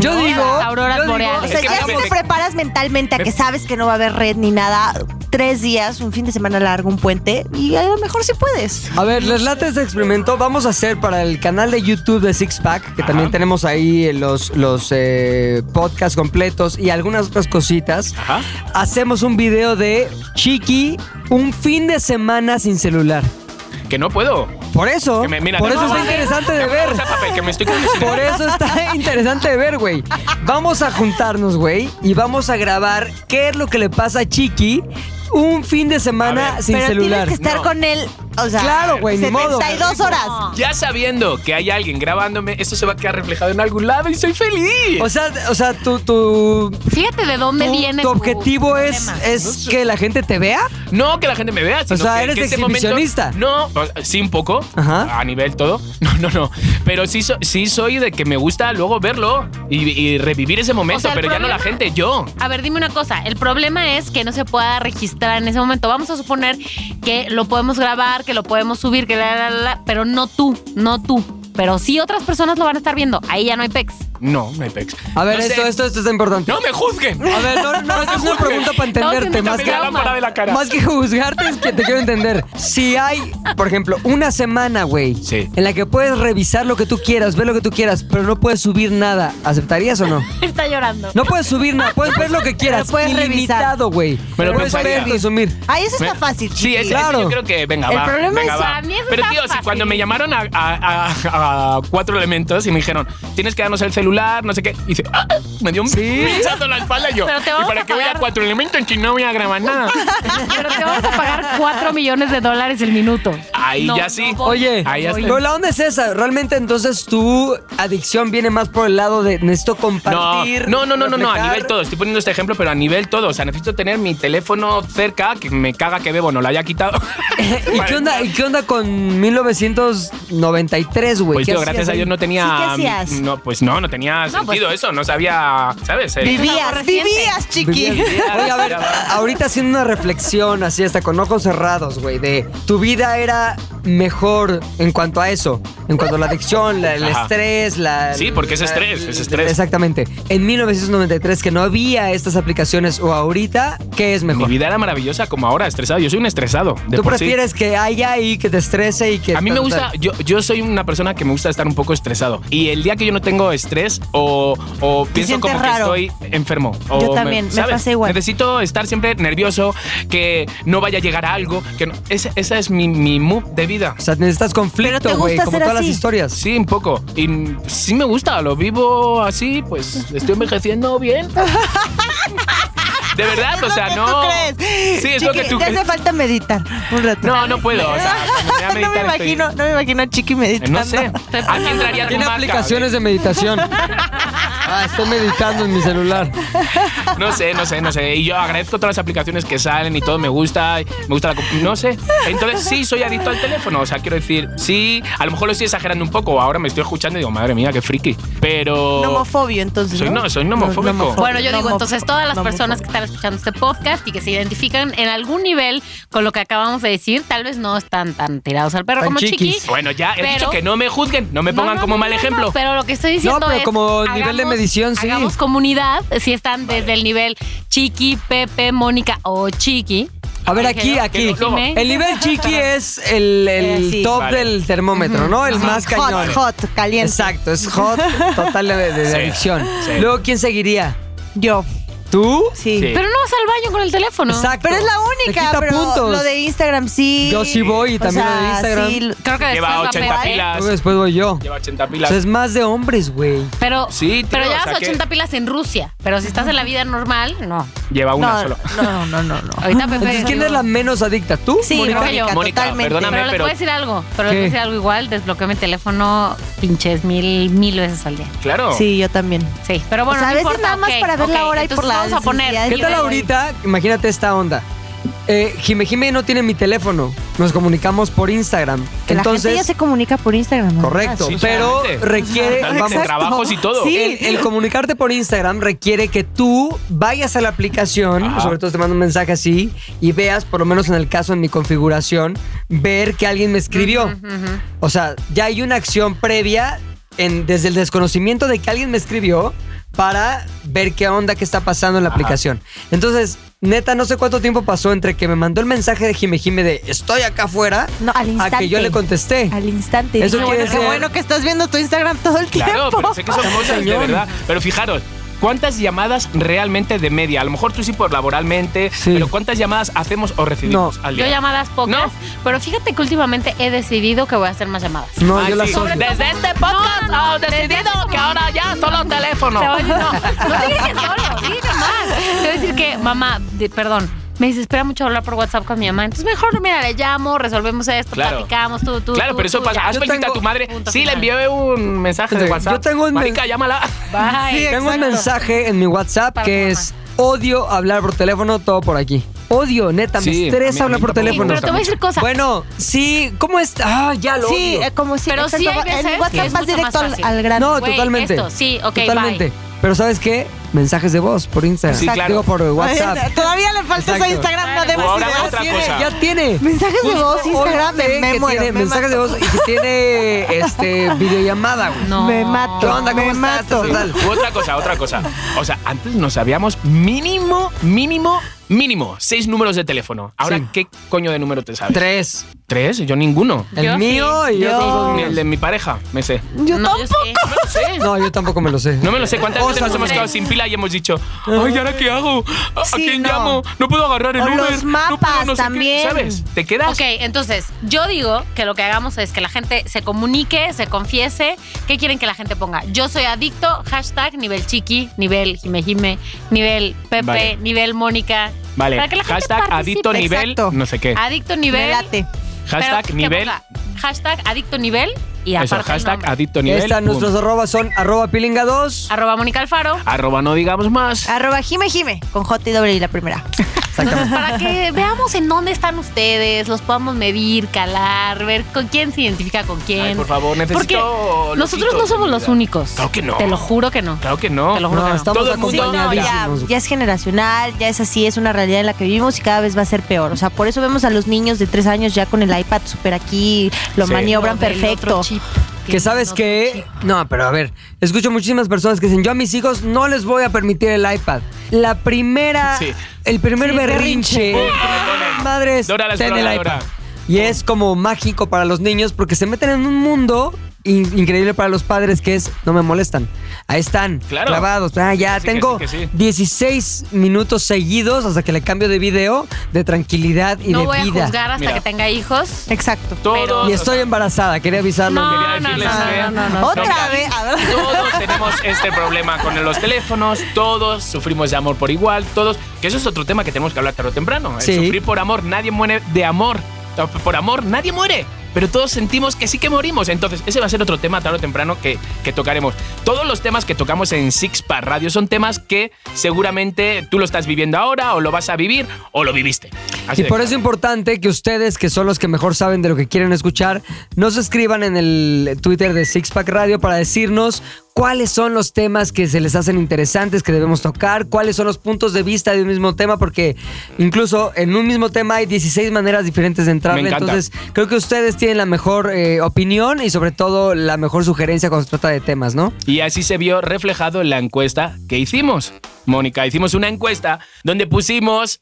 yo
no,
digo,
las auroras
yo digo-
boreales.
O
Es
sea,
que
ya
me-
si
me-
te preparas mentalmente a
me-
que sabes que no va a haber red ni nada, tres días, un fin de semana largo, un puente, y a lo mejor sí puedes.
A ver, les late este experimento. Vamos a hacer para el canal de YouTube de Six Pack, que
Ajá.
también tenemos ahí los, los eh, podcasts completos y algunas otras cositas.
Ajá.
Hacemos un video de Chiqui, un fin de semana sin celular.
que no puedo.
Por eso,
Que me- mira,
por
te-
eso está
no, no,
interesante de
no,
ver.
usa papel, que me estoy quedando sin-
Por eso está interesante de ver, güey. Vamos a juntarnos, güey, y vamos a grabar qué es lo que le pasa a Chiqui un fin de
A
semana
ver.
sin
pero
celular.
tienes que estar
No.
con él, o sea,
Claro, güey, ni modo.
72 horas.
Ya sabiendo que hay alguien grabándome, esto se va a quedar reflejado en algún lado y soy feliz.
O sea, o sea, tu, tu,
Fíjate de dónde
tu-
viene.
tu objetivo es,
problema.
es que la gente te vea.
No que la gente me vea, sino
sea,
que,
eres
que este momento-
exhibicionista.
no, o- sí un poco,
Ajá.
a nivel todo. No, no, no. Pero sí, so- sí soy de que me gusta luego verlo y, y revivir ese momento,
O sea, el
pero ya no la
problema-
gente, yo.
A ver, dime una cosa. El problema es que no se pueda registrar en ese momento. Vamos a suponer que lo podemos grabar, que lo podemos subir, que la, la, la, la, pero no tú, no tú. Pero sí otras personas lo van a estar viendo. Ahí ya no hay pex.
No, no hay pex.
A ver,
No sé.
esto, esto, esto está importante.
No me juzguen.
A ver, no, no, esto es una pregunta para entenderte.
Estamos
Más
Quítame
que,
la lámpara de la cara.
más que juzgarte es que te quiero entender. Si hay, por ejemplo, una semana, güey,
Sí.
en la que puedes revisar lo que tú quieras, ver lo que tú quieras, pero no puedes subir nada, ¿aceptarías o no?
Está llorando.
No puedes subir nada, puedes ver lo que quieras.
Pero puedes revisar.
ilimitado, güey.
Pero
Puedes
pensaría.
ver, consumir.
Ahí eso está
Me-
fácil.
Sí,
Chiqui.
es,
Claro.
yo creo que venga,
El
va.
problema
venga,
es-
va.
a mí eso
Pero
está
tío, si
fácil.
cuando me llamaron a, a- a- a cuatro elementos y me dijeron, tienes que darnos el celular, no sé qué, y dice, "Ah", me dio un pinchazo en la espalda y yo.
Pero te
¿Y
vamos
para
a
qué voy a
pagar".
cuatro elementos si no voy a grabar nada?
Pero te vamos a pagar 4 millones de dólares el minuto.
Ahí
No,
ya sí.
no,
Oye,
Ahí ya está.
pero la onda es esa. Realmente, entonces, tu adicción viene más por el lado de necesito compartir.
No, no, no, no, no, a
reflejar.
nivel todo. Estoy poniendo este ejemplo, pero a nivel todo. O sea, necesito tener mi teléfono cerca, que me caga que Bebo no lo haya quitado.
¿Y qué, onda, ¿Y qué onda con 1993, güey?
Pues
¿Qué
tío,
hacías
gracias a
ahí?
Dios no tenía.
Sí, ¿qué hacías?
No, pues no, no tenía
No,
sentido
pues-
eso. No sabía, ¿sabes? El-
Vivías,
reciente.
vivías, Chiqui.
Vivías- Oye, a ver, a- ahorita haciendo una reflexión así hasta con ojos cerrados, güey, de tu vida era mejor en cuanto a eso, en cuanto a la adicción, la- el
Ajá.
estrés, la...
Sí, porque es
la-
estrés, es estrés.
Exactamente. En 1993 que no había estas aplicaciones o ahorita, ¿qué es
Mi
mejor?
vida era maravillosa como ahora, estresado. Yo soy un estresado. De
¿Tú
por sí.
prefieres que haya ahí, que te estrese y que...
A mí me
tal,
gusta,
tal?
yo, yo soy una persona que me gusta estar un poco estresado. Y el día que yo no tengo estrés o, o pienso
sientes
como
raro.
que estoy enfermo. o
Yo también, me
¿sabes?
pasa igual.
Necesito estar siempre nervioso, que no vaya a llegar a algo. Que no- ese- esa es mi, mi mood de vida.
O sea, necesitas
Pero
conflicto,
te
güey,
gusta
como
ser
todas las
así.
historias.
Sí, un poco. Y mm, sí me gusta, lo vivo así, pues estoy envejeciendo bien. De verdad,
Es
o
lo
sea,
que
no.
tú crees.
Sí, es lo que
Chiqui,
tú
te
crees.
hace falta meditar un rato.
No, no puedo. O sea, cuando voy a
no me
meditar estoy- Eh,
imagino, no me imagino a Chiqui meditando.
No sé. Aquí entraría tu
Tiene
marca,
aplicaciones de meditación. Ah, estoy meditando en mi celular.
No sé, no sé, no sé. Y yo agradezco todas las aplicaciones que salen y todo, me gusta, y me gusta la... compu- No sé. Entonces sí, soy adicto al teléfono. O sea, quiero decir, sí, a lo mejor lo estoy exagerando un poco. Ahora me estoy escuchando y digo, madre mía, qué friki. Pero...
Nomofobio, entonces.
Soy- no, soy nomofóbico.
Bueno, yo digo
Nomofo-
entonces todas las
nomofóbico.
personas que están escuchando este podcast y que se identifican en algún nivel con lo que acabamos de decir, tal vez no están tan tirados al perro
Tan
como Chiqui.
chiquis.
Bueno, ya he
Pero-
dicho que no me juzguen, no me pongan
No, no,
como
no,
mal
no, no,
ejemplo.
pero lo que estoy diciendo
pero
es,
como nivel de medición, sí.
Hagamos comunidad, si están desde el nivel Chiqui, Pepe, Mónica o Chiqui.
A ver, aquí, aquí.
que no.
El nivel chiqui es el, el
Eh, sí.
top
Vale.
del termómetro, ¿no? El más cañón.
Hot, hot, caliente.
Exacto, es hot, total de, de- de
Sí,
adicción.
sí.
Luego, ¿quién seguiría?
Yo,
¿Tú?
sí.
Sí.
Pero no vas al baño con el teléfono.
Exacto.
Pero es la
Te
única,
quita
pero
puntos.
lo de Instagram sí.
Yo sí voy, y
O
también lo de
sea,
Instagram.
sí,
Creo que
Lleva
después va
80
a pegar.
pilas.
Luego después voy yo.
Lleva 80
O
pilas.
sea, es más de hombres, güey.
Pues,
Pero,
Sí, tío,
pero
o
llevas
sea que-
80 pilas en Rusia. Pero si estás en la vida normal, no.
Lleva una
no,
solo.
no, no, no, no.
Ahorita Pepe.
Entonces, ¿quién es la menos adicta? ¿Tú?
Sí,
Mónica,
Mónica,
Mónica,
totalmente.
perdóname.
Pero les
pero-
voy a decir algo. Pero les
¿Qué?
voy a decir algo igual. Desbloqueo mi teléfono pinches mil, mil veces al día.
Claro.
Sí, yo también.
Sí, pero bueno,
O
no
sea, a veces
importa,
nada más
ok,
para ver la
ok,
hora y
entonces
por la
vamos a poner.
necesidad.
¿Qué tal
Yo voy.
ahorita? Imagínate esta onda. Eh, Jime Jime no tiene mi teléfono. Nos comunicamos por Instagram.
Que la
Entonces,
gente ya se comunica por Instagram. ¿no?
correcto.
Sí,
pero
claramente.
requiere.
Totalmente,
vamos,
trabajos y todo.
Sí.
El, el comunicarte por Instagram requiere que tú vayas a la aplicación,
Ajá.
sobre todo te mando un mensaje así, y veas, por lo menos en el caso en mi configuración, ver que alguien me escribió. O sea, ya hay una acción previa en, desde el desconocimiento de que alguien me escribió para ver qué onda que está pasando en la
Ajá.
aplicación. Entonces, neta, no sé cuánto tiempo pasó entre que me mandó el mensaje de Jime Jime de estoy acá afuera
No, al instante.
a que yo le contesté.
Al instante.
Eso quiere
Dije, bueno, qué
decir-
bueno que estás viendo tu Instagram todo el
Claro,
tiempo.
pero sé que son cosas de verdad. Pero fijaros, ¿cuántas llamadas realmente de media? A lo mejor tú sí por laboralmente,
Sí.
pero ¿cuántas llamadas hacemos o recibimos al
Yo
día?
llamadas pocas.
No.
Pero fíjate que últimamente he decidido que voy a hacer más llamadas.
No,
Ay,
yo la
sí.
soy.
Desde este podcast has decidido que ahora ya solo teléfono. No, no dije que solo, dije que más. Te voy a decir que, mamá, de- perdón, me desespera mucho hablar por WhatsApp con mi mamá. Entonces, mejor, mira, le llamo, resolvemos esto,
Claro.
platicamos, tú, tú.
Claro,
tú,
pero eso
tú,
pasa.
ya.
Has
Yo
felicitado a tu
tengo-
madre.
Punto
Sí, le
final.
envié un mensaje de
Yo
WhatsApp.
tengo un men-
Marica, llámala.
Bye.
Sí,
Tengo un
Exacto.
mensaje en mi WhatsApp
Para
que
tu
es odio hablar por teléfono, todo por aquí. Odio, neta,
Sí,
me
a mí-
estresa
a
hablar
mí
por
tampoco.
Sí,
teléfono.
pero te voy a decir cosas.
Bueno, sí, ¿cómo está? Ah, ya lo
Sí,
odio.
eh, como si.
Pero sí hay
exacto,
veces
En
que es
WhatsApp vas
mucho más
directo al,
fácil.
al grano.
no,
güey,
totalmente.
esto, sí, ok,
Totalmente.
bye.
Pero ¿sabes qué? Mensajes de voz por Instagram.
Sí, claro.
Digo por WhatsApp.
Todavía le falta
Exacto.
esa Instagram, no
O ahora
demasiado.
otra cosa.
Ya tiene.
Mensajes de voz,
Justo hoy
Instagram, me,
noté
me
que
muero.
tiene
me
mensajes de
mato.
voz y que tiene este videollamada, güey.
No.
Me mato.
¿Qué onda? ¿Cómo
me
estás?
mato.
¿Qué tal?
U otra cosa, otra cosa. O sea, antes nos sabíamos mínimo, mínimo, mínimo seis números de teléfono. Ahora,
Sí.
¿qué coño de número te sabes?
Tres.
¿Tres? Yo ninguno.
El
Yo
mío y
yo
otros
sí.
dos
Ni el
míos.
de mi pareja, me sé.
Yo
No, yo sí.
No lo sé.
No, yo tampoco me lo sé.
No me lo sé. ¿Cuántas
O
veces
sea,
nos
no
hemos
me-
quedado sin pila y hemos dicho, ay, ¿y ahora qué hago? ¿A, a
Sí,
quién
no.
llamo? No puedo agarrar el
O
Uber.
los
no puedo,
mapas
no sé qué".
también.
¿Sabes? ¿Te quedas?
Ok, entonces, yo digo que lo que hagamos es que la gente se comunique, se confiese. ¿Qué quieren que la gente ponga? Yo soy adicto, hashtag nivel chiqui, nivel jimejime, nivel pepe,
Vale.
nivel mónica.
Vale.
Para que la gente
Hashtag
participe.
adicto nivel
Exacto.
no sé qué.
Adicto
Me
nivel.
late.
pero
Hashtag
que
nivel.
ponga Hashtag adicto nivel y
Eso,
aparte el
hashtag
nombre.
adicto
Ahí
nivel.
están
pum.
nuestros arrobas son arroba pilinga2.
Arroba Mónica Alfaro.
Arroba no digamos más.
Arroba Jime Jime, con J y doble y la primera.
Entonces, para que veamos en dónde están ustedes, los podamos medir, calar, ver con quién se identifica con quién.
Ay, por favor, necesito
Porque
lositos
nosotros
en
no
mi
somos
vida.
los únicos.
Claro que no.
Te lo juro que no.
Claro que no.
Te lo juro
No,
que no.
Ah, estamos
Todo el mundo-
No, ya,
acompañadísimos.
ya es generacional, ya es así, es una realidad en la que vivimos y cada vez va a ser peor. O sea, por eso vemos a los niños de tres años ya con el iPad super aquí, lo
Sí.
maniobran
Lo del
perfecto.
otro chip.
Que sabes
Otro
que...
chip.
No, pero a ver, escucho muchísimas personas que dicen, yo a mis hijos no les voy a permitir el iPad. La primera...
Sí.
El primer
Sí,
berrinche...
berrinche.
Madres,
Dora la
ten el
exploradora.
iPad. Y es como mágico para los niños porque se meten en un mundo in- increíble para los padres que es no me molestan. Ahí están,
Claro.
grabados. Ah, ya
Que sí, que
tengo
sí, que sí.
16 minutos seguidos hasta que le cambio de video de tranquilidad y
No
de
voy a
vida.
juzgar hasta
Mira.
que tenga hijos.
Exacto.
Todos,
Pero-
Y
o
estoy
sea,
embarazada, quería avisarlo.
No,
quería
no,
decirles
no,
que-
no, no, no.
Otra
mira,
vez. A ver.
Todos tenemos este problema con los teléfonos, todos sufrimos de amor por igual, todos. Que eso es otro tema que tenemos que hablar tarde o temprano. el
Sí.
sufrir por amor, nadie muere de amor. O sea, Por amor, nadie muere. Pero todos sentimos que sí que morimos. Entonces, ese va a ser otro tema tarde o temprano que, que tocaremos. Todos los temas que tocamos en Sixpack Radio son temas que seguramente tú lo estás viviendo ahora, o lo vas a vivir, o lo viviste. Así
Y
de
por
claro.
eso es importante que ustedes, que son los que mejor saben de lo que quieren escuchar, nos escriban en el Twitter de Sixpack Radio para decirnos cuáles son los temas que se les hacen interesantes, que debemos tocar, cuáles son los puntos de vista de un mismo tema, porque incluso en un mismo tema hay 16 maneras diferentes de entrar.
Me encanta.
Entonces, creo que ustedes tienen la mejor eh, opinión y sobre todo la mejor sugerencia cuando se trata de temas, ¿no?
Y así se vio reflejado en la encuesta que hicimos. Mónica, hicimos una encuesta donde pusimos,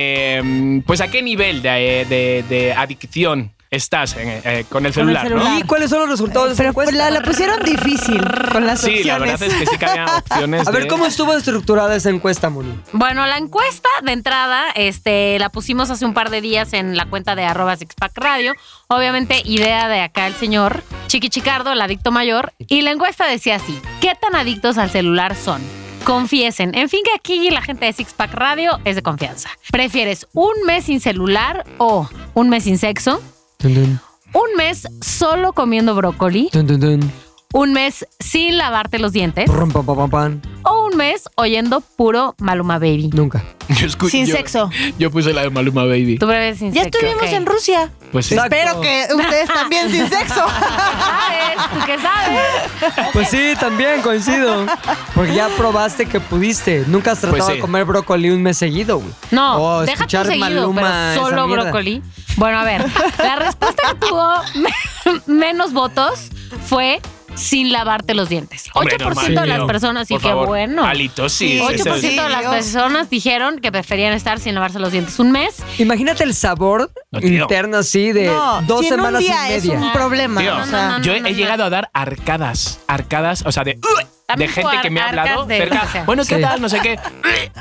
eh, pues, a qué nivel de, de- de adicción estás eh, eh, con el celular, ¿no?
celular.
¿Y cuáles son los resultados de esa
Pero pues
encuesta?
la, la pusieron difícil con las
Sí,
opciones.
la verdad es este, que sí que había opciones.
A ver,
de-
¿cómo estuvo estructurada esa encuesta, Moni?
Bueno, la encuesta de entrada este, la pusimos hace un par de días en la cuenta de arroba Sixpack Radio. Obviamente, idea de acá el señor Chiqui Chicardo, el adicto mayor. Y la encuesta decía así: ¿Qué tan adictos al celular son? Confiesen. En fin, que aquí la gente de Sixpack Radio es de confianza. ¿Prefieres un mes sin celular o un mes sin sexo?
Dun, dun,
¿Un mes solo comiendo brócoli?
dun, dun, dun.
¿Un mes sin lavarte los dientes?
Prum, pam, pam, pam, pam.
¿O un mes oyendo puro Maluma Baby?
Nunca.
Yo escu-
Sin
yo-
sexo.
Yo puse la de Maluma Baby.
Tú prefieres sin
Ya
sexo,
estuvimos
ok.
en Rusia.
Pues sí.
Exacto.
Espero que ustedes también sin sexo.
sabes? ¿Tú qué sabes?
Pues sí, también coincido. Porque ya probaste que pudiste. Nunca has tratado
Pues sí.
de comer brócoli un mes seguido, güey.
No,
O
deja tu
Oh, escuchar
seguido,
Maluma, esa
pero solo
mierda.
brócoli. Bueno, a ver, la respuesta que tuvo me- menos votos fue sin lavarte los dientes. 8%
Hombre, normal,
de las
tío.
personas, y
Por
qué
favor.
bueno.
Alito, sí.
Sí,
sí, sí,
8%
sí.
de las
Dios.
personas dijeron que preferían estar sin lavarse los dientes un mes.
Imagínate el sabor
No, tío.
interno así de
No,
dos
si en
semanas
un día
y media.
es un problema.
Tío,
o sea.
no, no,
yo he,
no,
he
no.
llegado a dar arcadas, arcadas, o sea, de, uh, de
También
gente
por
que me ha
arcadas
hablado
de-
cerca.
o sea.
Bueno, ¿qué
Sí.
tal? No sé qué.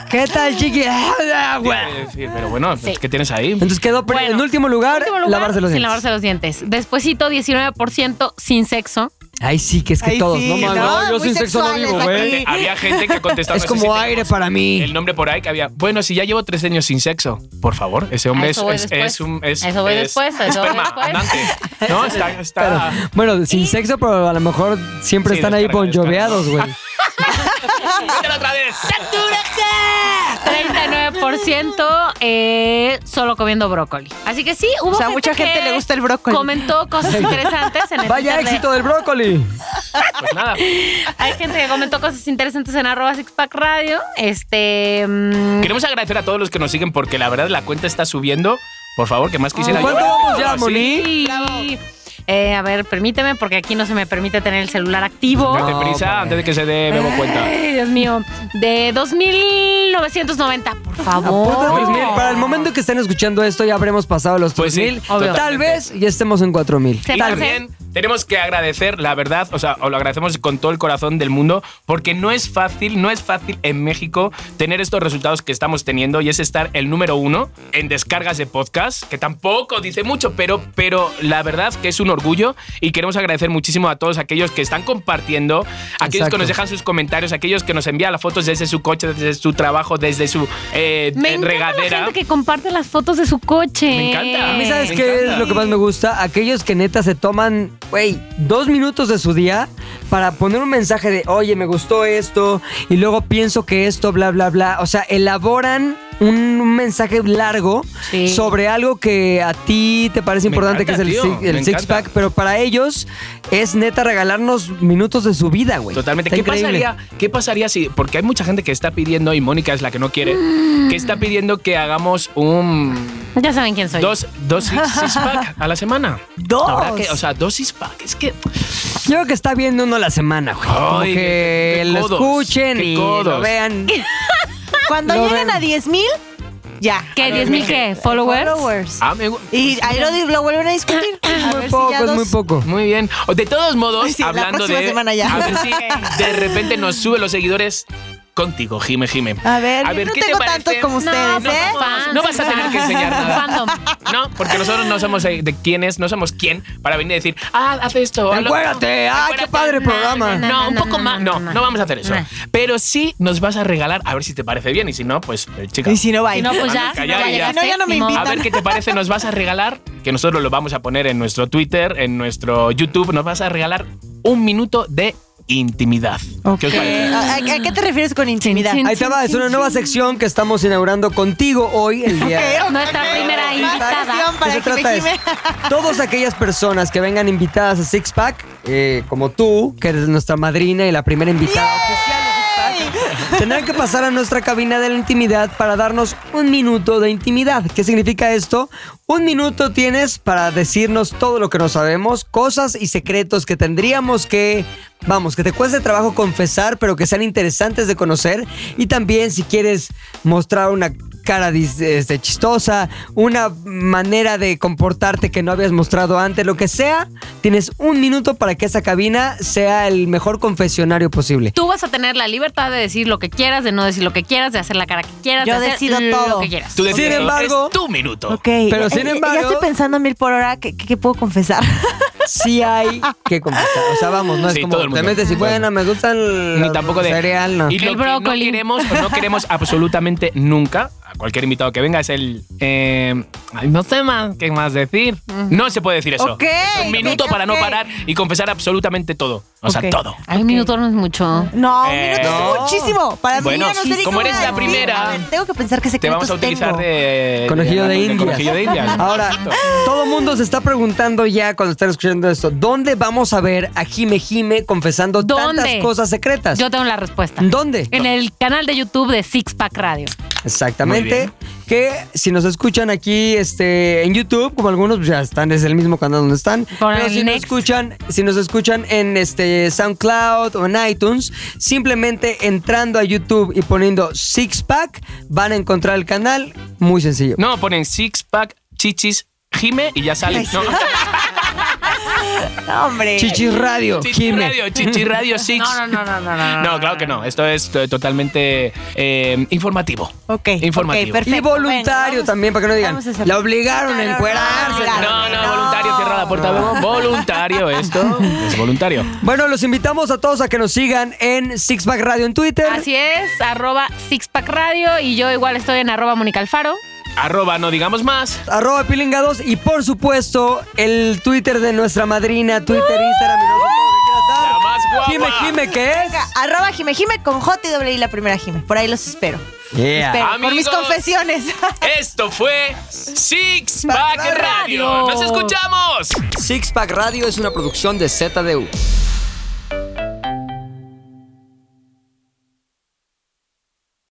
¿Qué tal, chiqui? Ah,
Sí, pero bueno, pues,
Sí.
¿qué tienes ahí?
Entonces quedó pri-
Bueno,
en último lugar,
Último lugar,
lavarse los
sin
dientes.
lavarse los dientes. Despuésito, 19% sin sexo.
Ay, sí, que es que
Ay,
todos.
sí,
no mames,
no,
no, yo
muy
sin sexo no
sexuales
vivo, güey.
aquí.
Había gente que contestaba.
Es
no sé
como
si te-
aire para mí.
El nombre por ahí que había. Bueno, si ya llevo tres años sin sexo, por favor, ese hombre
A
es,
eso voy
es-
después.
es un. Es,
A eso voy
es
después, a eso voy
esperma
después.
andante. No, está. está
Bueno, sin sexo, pero a lo mejor siempre
Sí,
están ahí
descarga,
bonjoveados, güey.
Cuéntalo otra vez.
39% eh, solo comiendo brócoli. Así que sí, hubo
O sea, mucha gente
que
le gusta el brócoli.
Comentó cosas interesantes en el
Vaya
Twitter de-
éxito del brócoli.
Pues nada.
Hay gente que comentó cosas interesantes en arroba sixpack radio. Este. mm,
Queremos agradecer a todos los que nos siguen porque la verdad la cuenta está subiendo. Por favor, que más quisiera
¿Cuánto
yo. Ah,
vamos ya,
Sí.
Moni?
sí. Eh, a ver, permíteme, porque aquí no se me permite tener el celular activo.
Date prisa
padre.
antes de que se dé Bebo cuenta.
Ay, Dios mío. De 2,990, por
Apunta
favor.
3000. Para el momento que estén escuchando esto, ya habremos pasado los
Pues sí,
3000.
obvio.
Tal vez ya estemos en 4000.
Se
Y
pasó.
también tenemos que agradecer, la verdad, o sea, os lo agradecemos con todo el corazón del mundo, porque no es fácil, no es fácil en México tener estos resultados que estamos teniendo y es estar el número uno en descargas de podcast, que tampoco dice mucho, pero, pero la verdad que es un orgullo y queremos agradecer muchísimo a todos aquellos que están compartiendo, aquellos
Exacto.
que nos dejan sus comentarios, aquellos que nos envían las fotos desde su coche, desde su trabajo, desde su eh,
Me
eh,
encanta
regadera.
la gente que comparte las fotos de su coche.
Me encanta.
A mí, ¿sabes
Me
qué es
encanta.
lo que más me gusta? Aquellos que neta se toman, güey, dos minutos de su día para poner un mensaje de, oye, me gustó esto, y luego pienso que esto, bla, bla, bla. O sea, elaboran un, un mensaje largo
Sí.
sobre algo que a ti te parece
Me
importante,
encanta,
que es el,
tío,
six- el
me
six
encanta.
pack, pero para ellos es neta regalarnos minutos de su vida, güey.
Totalmente.
Está
¿Qué
increíble.
pasaría, ¿Qué pasaría si.? Porque hay mucha gente que está pidiendo, y Mónica es la que no quiere, que está pidiendo que hagamos un.
Ya saben quién soy.
Dos, dos six, six pack a la semana.
Dos.
La verdad que, o sea, dos six pack. Es que.
Yo creo que está viendo uno a la semana, güey. Como
Ay,
que
qué
lo
codos,
escuchen
qué
y lo
codos.
vean.
Cuando
Lo
lleguen
ven.
a 10.000, ya.
¿Qué? ¿10 mil qué? ¿Followers?
Followers.
Ah, me gu-
Y ahí lo, di- lo vuelven a discutir. A ver
Muy
si
poco,
ya
es
dos-
muy poco.
Muy bien. O de todos modos,
Sí, la
hablando
próxima
de.
semana ya.
A ver si de repente nos sube los seguidores contigo, Jime Jime.
A ver,
A
yo
ver,
no
¿qué te
tengo
parece?
tantos como
No,
ustedes,
no,
¿eh?
fans.
No vas a tener que enseñar nada.
Fandom.
No, porque nosotros no somos eh, de quiénes, no somos quién para venir a decir, ah, haz esto. hazlo".
Encuérdate, ah, qué
Encuérdate.
padre
No,
programa.
no,
No, un poco más. No,
no,
no vamos a hacer eso.
no.
Pero sí nos vas a regalar, a ver si te parece bien. Y si no, pues, eh, chica.
Y si no,
Si
bye.
no, pues ya.
Vamos, calla, ya.
Si no, ya no me
Ni modo.
A
invitan.
ver qué te parece, nos vas a regalar, que nosotros lo vamos a poner en nuestro Twitter, en nuestro YouTube, nos vas a regalar un minuto de intimidad. ¿Qué os parece?
¿A, a- a qué te refieres con intimidad?
Chin, chin.
Ahí te va, es una nueva sección que estamos inaugurando contigo hoy, el día.
Nuestra primera
Más
invitada.
acción para
¿Qué se
Jime
trata
Jime.
es, todas aquellas personas que vengan invitadas a Six Pack, eh, como tú, que eres nuestra madrina y la primera invitada oficial de Six Pack, tendrán que pasar a nuestra cabina de la intimidad para darnos un minuto de intimidad. ¿Qué significa esto? Un minuto tienes para decirnos todo lo que no sabemos, cosas y secretos que tendríamos que Vamos, que te cueste trabajo confesar, pero que sean interesantes de conocer. Y también si quieres mostrar una cara dis- este, chistosa, una manera de comportarte que no habías mostrado antes, lo que sea, tienes un minuto para que esa cabina sea el mejor confesionario posible.
Tú vas a tener la libertad de decir lo que quieras, de no decir lo que quieras, de hacer la cara que quieras,
Yo
de hacer
decido
lo
todo.
que quieras.
Tú decides,
Sin embargo-
es tu minuto.
Ok.
Pero
eh,
sin
eh,
embargo-
Ya estoy pensando a mil por hora. ¿Qué, qué- qué puedo confesar?
Sí hay que confesar. O sea, vamos, no es
Sí,
como
todo el
te
mundo.
metes y bueno, me gustan
Ni
los
tampoco de
cereal, no.
Y lo
El
que no
brócoli.
queremos o no queremos absolutamente nunca a cualquier invitado que venga es el eh, ay, no sé más qué más decir. No se puede decir eso.
Ok,
es un
ok,
minuto para no
ok.
parar y confesar absolutamente todo, o sea,
Ok.
todo.
Ay, un minuto no es mucho.
No, un
Eh,
minuto
no.
es muchísimo. Para
Bueno,
mí ya no sé ni
como
cómo
eres la
decir.
primera,
A ver, tengo que pensar que
Te vamos a
secretos
utilizar
tengo.
de
Conejillo de, indias.
Conejillo de indias.
Ahora,
Exacto.
todo el mundo se está preguntando ya cuando están escuchando esto, ¿dónde vamos a ver a Jime Jime confesando
¿Dónde?
tantas cosas secretas?
Yo tengo la respuesta.
¿Dónde?
En el canal de YouTube de Six Pack Radio.
Muy
Exactamente.
bien.
Que si nos escuchan aquí este, en YouTube, como algunos pues ya están, es el mismo canal donde están.
Por
Pero
el
si nos,
Next.
escuchan, si nos escuchan en este SoundCloud o en iTunes, simplemente entrando a YouTube y poniendo Six Pack, van a encontrar el canal. Muy sencillo.
No, ponen six pack, chichis, gime y ya sale. No,
No, hombre.
Chichis Radio.
chichi
Jime.
radio, chichi radio six.
No, no, no, no, no.
No, claro que no. Esto es eh, totalmente eh, informativo.
Ok.
Informativo.
ok, perfecto.
Y voluntario
Venga,
también, para que no digan.
vamos a hacer-
La obligaron a
No, no,
encuerarse.
no, no,
No, no,
No.
voluntario, cierra la puerta. Voluntario esto. Es voluntario.
Bueno, los invitamos a todos a que nos sigan en Sixpack Radio en Twitter.
Así es, arroba Six Pack Radio y yo igual estoy en arroba Mónica Alfaro.
Arroba, no digamos más.
arroba pilingados y por supuesto el Twitter de nuestra madrina, Twitter, Instagram, y no sé todo lo que quieras dar.
La más guapa.
Jime, Jime, ¿qué es?
venga, Arroba Jime Jime con J y doble I la primera Jime. Por ahí los espero. Espero. por
Amigos.
mis confesiones.
Esto fue Six Pack Radio. ¡Nos escuchamos!
Sixpack Radio es una producción de ZDU.